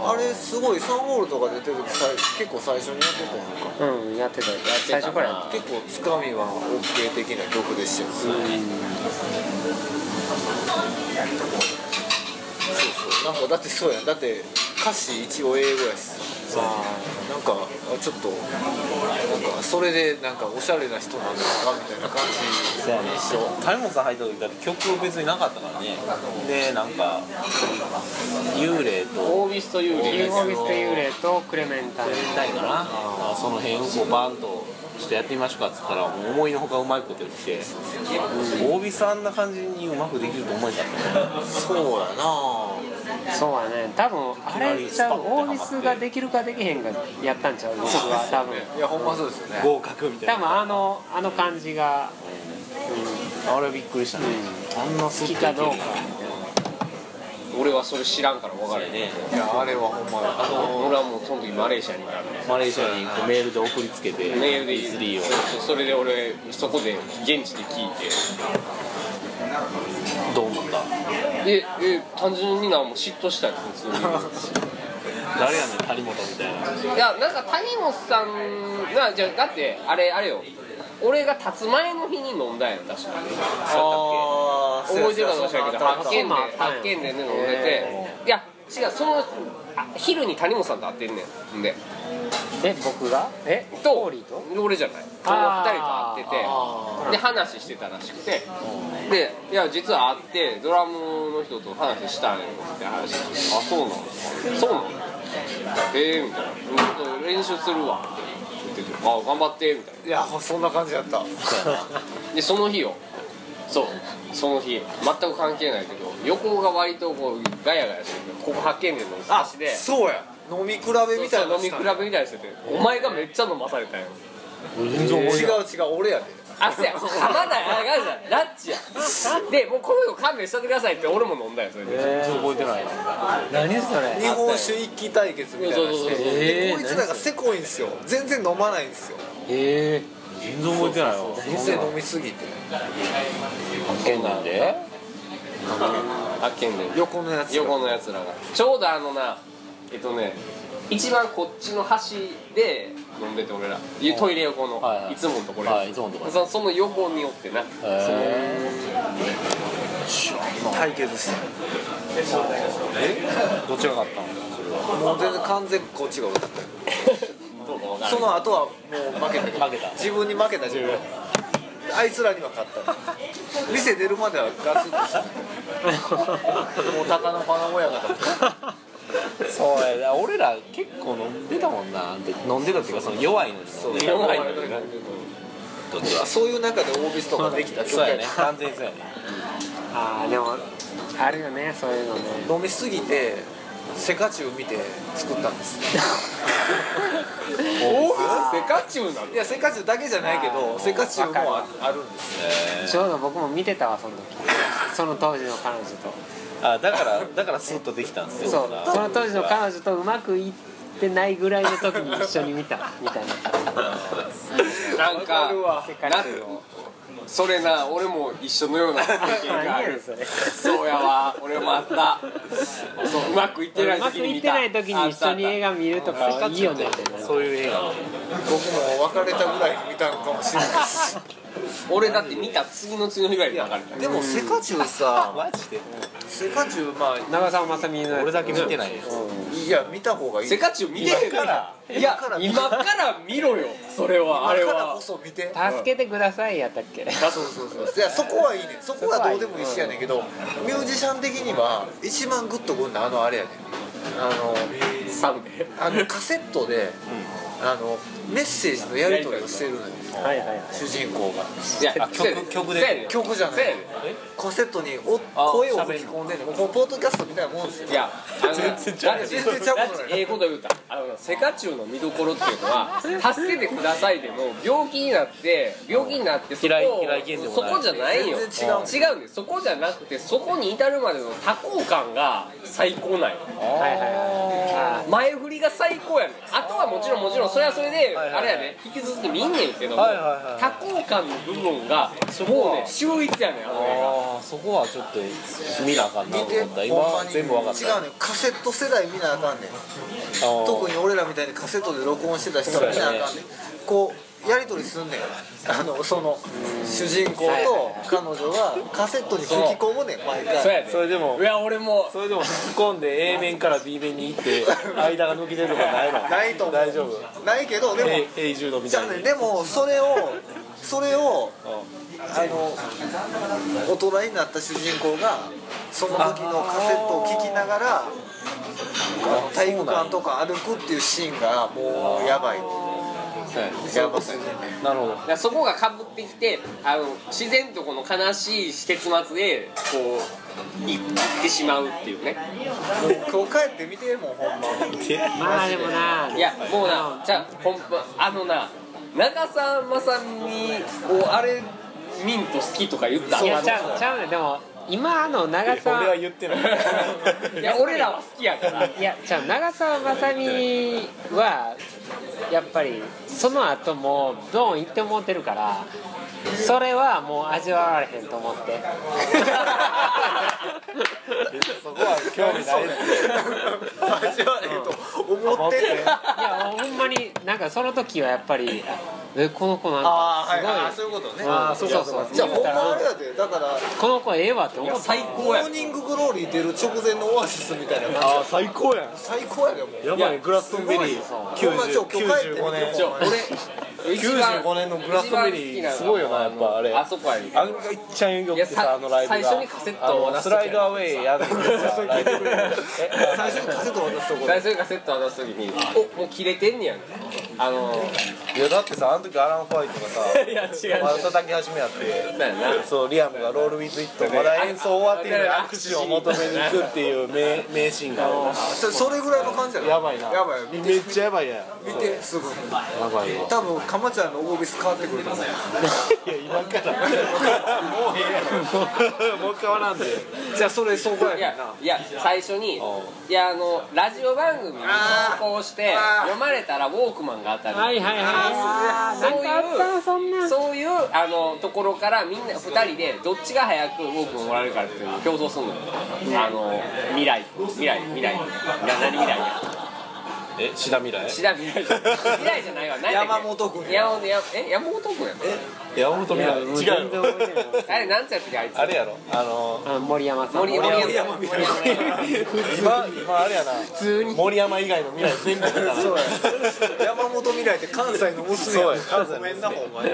Speaker 2: あれすごいサンホールとか出てる時最結構最初にやってたやんか
Speaker 3: うん、うん、やってたやってた
Speaker 6: てた
Speaker 3: 最初
Speaker 6: な
Speaker 3: からやって
Speaker 2: 結構つかみは OK 的な曲でしたよそうそうなんかだってそうやんだって歌詞一応英語やしさなんかあちょっとなんかそれでなんかおしゃれな人なんですかみたいな感じ
Speaker 1: そうやね谷本さん入った時だって曲別になかったからねでなんか幽霊と
Speaker 5: オービスと幽
Speaker 3: イ
Speaker 5: 霊
Speaker 3: ンフォビステ幽霊とクレメンタイン
Speaker 1: みたいかなあその辺をこうバンとちょっとやってみましょうかっつったらもう思いのほかうまいこと言って大尾さんあんな感じにうまくできると思えた
Speaker 2: そうやな
Speaker 3: そうやね多分あれちゃうオービスができるかできへんかやったんちゃう僕は多分
Speaker 2: いやほんまそうですよね
Speaker 1: 合格みたいな
Speaker 3: 多分あのあの感じが、
Speaker 1: あれびっくりしたねあんな
Speaker 3: う
Speaker 1: す
Speaker 3: ん、
Speaker 1: っと
Speaker 3: 好き
Speaker 1: い
Speaker 3: かどうか
Speaker 6: 俺はそれ知らんから分からへん
Speaker 1: ね
Speaker 2: いやあれはほんまやあの
Speaker 6: 俺はもうその時マレーシアにいたんで
Speaker 1: マレーシアにこうメールで送りつけて
Speaker 6: メールで
Speaker 1: E3 を
Speaker 6: そうそうそれで俺そこで現地で聞いて
Speaker 1: どう思った
Speaker 6: ええ単純になんもう嫉妬したよ普通 に
Speaker 1: 誰やねん谷本みたいない
Speaker 6: やなんか谷本さんがじゃあだってあれあれよ俺が立つ前の日に飲んだんやん確か
Speaker 2: あ
Speaker 6: 覚えてるかどうか知らんけど発見
Speaker 3: そん
Speaker 6: で
Speaker 3: なんあった
Speaker 6: 発見でね飲んでていや違うそのあ昼に谷本さんと会ってんねんんで
Speaker 3: え僕がえ
Speaker 6: と
Speaker 3: ホーリーと
Speaker 6: 俺じゃないその
Speaker 3: あー
Speaker 6: 2人と会っててで話してたらしくてで「いや実は会ってドラムの人と話したんよ」って話して「あそうなのそうなのええー」みたいな「ちょっと練習するわ」って言ってて「あ頑張って」みたい
Speaker 2: いやそんな感じやった
Speaker 6: なでその日よそうその日全く関係ないけど横が割とこうガヤガヤしててここ発見での
Speaker 2: あ
Speaker 6: 差しで
Speaker 2: そうや飲み比べみたいな
Speaker 6: そう飲み比べみたいにしててお前がめっちゃ飲まされたんよ
Speaker 2: 全然違う違う俺やで
Speaker 6: あ、そうや、浜田や、がじゃん、ラッチや。で、もうこういうの勘弁してくださいって、俺も飲んだよ、それで。
Speaker 3: えー、覚えてない何それ
Speaker 2: 日本酒一気対決みたいなのして
Speaker 6: そ
Speaker 3: そ
Speaker 6: う
Speaker 3: うそう
Speaker 2: で
Speaker 3: えー
Speaker 2: こいつらがせこいんですよ全然飲まないんですよ
Speaker 3: え
Speaker 1: 全然覚えてないわ
Speaker 2: 店飲みすぎて
Speaker 1: 発見なんで
Speaker 6: 発見で。
Speaker 2: 横のやつ
Speaker 6: 横のやつらが。ちょうどあのな、えっとね、一番こっちの端で飲んでて、俺ら。トイレ横の、
Speaker 1: はい
Speaker 6: い
Speaker 1: はい
Speaker 6: つものところ
Speaker 1: はいいつものところ
Speaker 6: そその横におってな。
Speaker 1: へ
Speaker 2: 対決して
Speaker 1: ーどっちが勝ったの
Speaker 2: もう全然完全にこっちが俺だ ったよ
Speaker 6: どうかわからん
Speaker 2: その後はもう負けたけど
Speaker 1: 負けた
Speaker 2: 自分に負けた自分あいつらには勝った 店出るまではガツンとしてもう鷹の花親方
Speaker 1: そうやな俺ら結構飲んでたもんなで飲んでたっていうかその弱いのに飲んでた
Speaker 6: 弱いの
Speaker 1: にな
Speaker 6: にな
Speaker 1: どっちは
Speaker 2: そういう中でオービスとかできた曲
Speaker 1: そう
Speaker 2: や
Speaker 1: や
Speaker 2: ね
Speaker 1: ね完全にそうやね
Speaker 3: あーでもあるよねそういうのね
Speaker 2: 飲みすぎてセカチュウ見て作ったん です
Speaker 6: おーセカチュウなの
Speaker 2: いやセカチュウだけじゃないけどセカチュウもああるんです
Speaker 3: ちょうど僕も見てたわその時その当時の彼女と
Speaker 1: あだからだからスッとできたんですよ
Speaker 3: そう
Speaker 1: 僕ら
Speaker 3: その当時の彼女とうまくいってないぐらいの時に一緒に見たみたいな
Speaker 6: なん
Speaker 2: わかるわ
Speaker 6: か、
Speaker 3: 世界中を
Speaker 6: それな、俺も一緒のような経験があ
Speaker 3: 何やねん
Speaker 6: る。
Speaker 3: それ
Speaker 6: そうやわ、俺もあった。そううまくいってな
Speaker 3: う
Speaker 6: い
Speaker 3: ま
Speaker 6: 時
Speaker 3: く
Speaker 6: に
Speaker 3: い
Speaker 6: 見
Speaker 3: って
Speaker 6: た。
Speaker 3: ない時に一緒に映画見るとかいいよね
Speaker 1: そういう映画
Speaker 2: 僕も別れたぐらいに見たのかもしれないです
Speaker 6: 俺だって見た次の次の日ぐらい
Speaker 2: い
Speaker 6: で流れ
Speaker 2: や
Speaker 6: た
Speaker 2: でもセカチュウ さ
Speaker 1: マジで
Speaker 2: セカチュウまあ
Speaker 3: 長澤まさみのやつ
Speaker 1: 俺だけ見てないです
Speaker 2: いや見た方がいい
Speaker 6: セカチュウ見てへん
Speaker 1: 今から
Speaker 6: いや
Speaker 2: 今から見
Speaker 6: 今から見ろよそれはあれ
Speaker 2: だから
Speaker 6: は
Speaker 2: こそ見て
Speaker 3: 助けてくださいやったっけ
Speaker 2: あそうそうそういやそこはいいねんそこはどうでもいいしやねんけどミュージシャン的には一番グッとくるのはあのあれやねんあの
Speaker 6: サムで
Speaker 2: あのカセットで、あのメッセージのやり取りをしてるのよ
Speaker 3: はいはいはい
Speaker 2: 主人公が
Speaker 6: いや
Speaker 1: あ曲
Speaker 6: そうやね
Speaker 1: 曲で
Speaker 6: そうやね
Speaker 2: 曲じゃな
Speaker 6: そうや
Speaker 2: い
Speaker 6: ね
Speaker 2: カセットにお
Speaker 1: あ
Speaker 2: 声を吹き込んでんねんもうポッドキャストみたいなもんですよ
Speaker 6: いやあの全
Speaker 1: 然ちゃう
Speaker 2: 全然ちゃうことない
Speaker 6: ええこと言うたあのセカチュウの見どころっていうのは助けてくださいでも病気になって病気になってそこ
Speaker 1: 平井平井堅でもない
Speaker 6: そこじゃないよ
Speaker 2: 全然違う
Speaker 6: 違うんでそこじゃなくてそこに至るまでの多幸感が最高なんよ
Speaker 3: はいはいはい
Speaker 6: 前振りが最高やねんあとはもちろんもちろんそれはそれで
Speaker 1: はいはい
Speaker 6: あれやね引き続き見んねんけども
Speaker 1: はいはいはい
Speaker 6: 多幸感の部分がもうね秀逸やねんあの映画
Speaker 1: ああそこはちょっと見なあかんな
Speaker 2: 見
Speaker 1: と
Speaker 2: て
Speaker 1: 思った今
Speaker 2: ほんまに
Speaker 1: 全部わかった
Speaker 2: 違うねんカセット世代見なあかんねん
Speaker 1: あー
Speaker 2: 特に俺らみたいにカセットで録音してた人は見なあかんねんこうやり取りすんねんあのその主人公と彼女はカセットに吹き込むねん毎
Speaker 6: そう
Speaker 2: 回
Speaker 6: やで
Speaker 1: それでも
Speaker 6: いや俺も
Speaker 1: それでも突っ込んで A 面から B 面に行って間が抜けてるとかないの
Speaker 2: ないと思う
Speaker 1: 大丈夫
Speaker 2: ないけどでも
Speaker 1: A, A 柔道み
Speaker 2: じゃ
Speaker 1: た
Speaker 2: あ
Speaker 1: い
Speaker 2: ね
Speaker 1: に
Speaker 2: でもそれをそれをあの大人になった主人公がその時のカセットを聴きながらあの体育館とか歩くっていうシーンがもうやばいやばすぎる
Speaker 1: なるほど
Speaker 6: だからそこがかぶってきてあの自然とこの悲しい結末でこういってしまうっていうね
Speaker 2: もう今日帰って見てもうほんま
Speaker 3: まあでもない
Speaker 6: やもうなじゃあほんまあのな長澤まさみをあれミント好きとか言った
Speaker 3: いやちゃうちゃうねでも今の長澤
Speaker 1: 俺は言ってない
Speaker 6: いや俺らは好きやから
Speaker 3: いやじゃあ長澤まさみはやっぱりその後もドーン行って思ってるからそれはもう味わわれへんと思って
Speaker 1: そこは興味ない
Speaker 2: 味わえと思ってて
Speaker 3: いやほんまになんかその時はやっぱりあえこの子なん
Speaker 2: あ
Speaker 3: か
Speaker 2: あはいあー
Speaker 3: す
Speaker 2: そういうことね
Speaker 3: ごい、うんそうそうそう
Speaker 2: じゃあ
Speaker 3: 言
Speaker 2: ほん
Speaker 3: うたら
Speaker 2: まあれやでだから
Speaker 3: この子ええわって思った
Speaker 6: 最高
Speaker 2: モ
Speaker 6: や
Speaker 2: ーニンググローリー出る直前のオアシスみたいな感
Speaker 1: ああ最高やん
Speaker 2: じ最高やでもう
Speaker 1: やばいグラストンベリー
Speaker 2: ほんまちょ今日帰ってみて
Speaker 1: 95年
Speaker 2: ほんまに
Speaker 6: 俺
Speaker 1: 95年のグラストンベリーすごいよなやっぱあれ
Speaker 6: あそこやね
Speaker 1: あんがいっちゃんよくて
Speaker 6: いやさ
Speaker 1: さあのライブが
Speaker 6: 最初にカセットを
Speaker 1: あ
Speaker 6: 出
Speaker 1: のス
Speaker 6: す時や
Speaker 1: ライドアウェイやるんですよライブ え
Speaker 2: 最初にカセット渡すとこ
Speaker 6: 最初にカセット渡す時におもう切れて んねやんあの
Speaker 1: いやだってさあの時アラン・ファイトがさ
Speaker 6: いや違
Speaker 1: まだ叩き始めやって
Speaker 6: だよな
Speaker 1: そうリアムがロール・ウィズ・イットまだ演奏終わってるのに握手を求めに行くっていう名名シーンがある
Speaker 2: そそれぐらいの感じやろ
Speaker 1: やばいな
Speaker 2: やばい見
Speaker 1: めっちゃやばいやん
Speaker 2: 見てすぐ
Speaker 1: やばいわ
Speaker 2: 多分かまちゃんのオービス変わってくると思う
Speaker 1: いや今からも うええやろもう変わらんで
Speaker 2: じゃあそれそうこ
Speaker 6: いやいや最初にいやあのラジオ番組に
Speaker 2: あー
Speaker 6: 投稿して
Speaker 2: あー
Speaker 6: 読まれたらウォークマンが当た
Speaker 3: は
Speaker 6: る
Speaker 3: いはいはいあー
Speaker 6: そう
Speaker 3: なんかあったそんな
Speaker 6: そういうあのところからみんな2人でどっちが早くウォークマンもらえるかっていうのを競争するのよあの未来未来未来な何未来や
Speaker 1: え志田未来
Speaker 6: 志田未来じゃない未来じゃないわ何やっけ
Speaker 2: 山本君
Speaker 6: 山本やえ山本君やん
Speaker 1: 山本未来違
Speaker 3: 全
Speaker 1: うよ
Speaker 3: 然覚えてない
Speaker 6: あれなんつやったっけあいつ
Speaker 1: あれやろあの
Speaker 3: あ森山さん
Speaker 6: 森山
Speaker 2: 森山
Speaker 6: 森山
Speaker 1: 今今あれやな普通に森山以外の未来全部そう
Speaker 2: そうや山本未来って関西の娘や
Speaker 1: そうや関西の娘
Speaker 2: ごめんなほんまに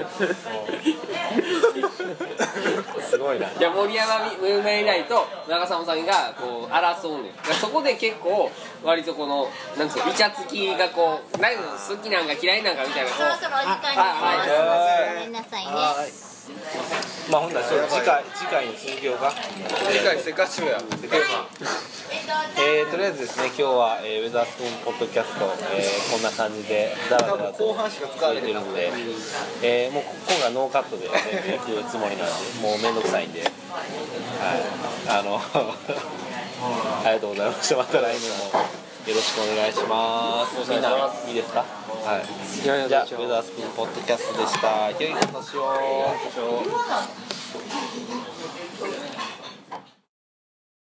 Speaker 1: すごいない
Speaker 6: や森山未来と長澤まさんがこう争うねんだからそこで結構割とこのなんつうのイチャつきがこう何好きなんか嫌いなんかみたいなこ
Speaker 4: そろそろお時間になります。ごめんなさいね。
Speaker 1: まあほんならそう次回次回に続きようか
Speaker 2: 理解してガチや世界は
Speaker 1: えー、とりあえずですね今日は、えーウェザースプーンポッドキャスト、えーこんな感じでだらだらと
Speaker 2: 後半しか使
Speaker 1: 続
Speaker 2: われ
Speaker 1: い
Speaker 2: て
Speaker 1: て
Speaker 2: ない
Speaker 1: るので、えーもう今回はノーカットでやっていくつもりなんでもうめんどくさいんではいあの ありがとうございましたまた来年もよろしくお願いしますみんないいですかはいじゃあウェザースプーンポッドキャストでした良いお年を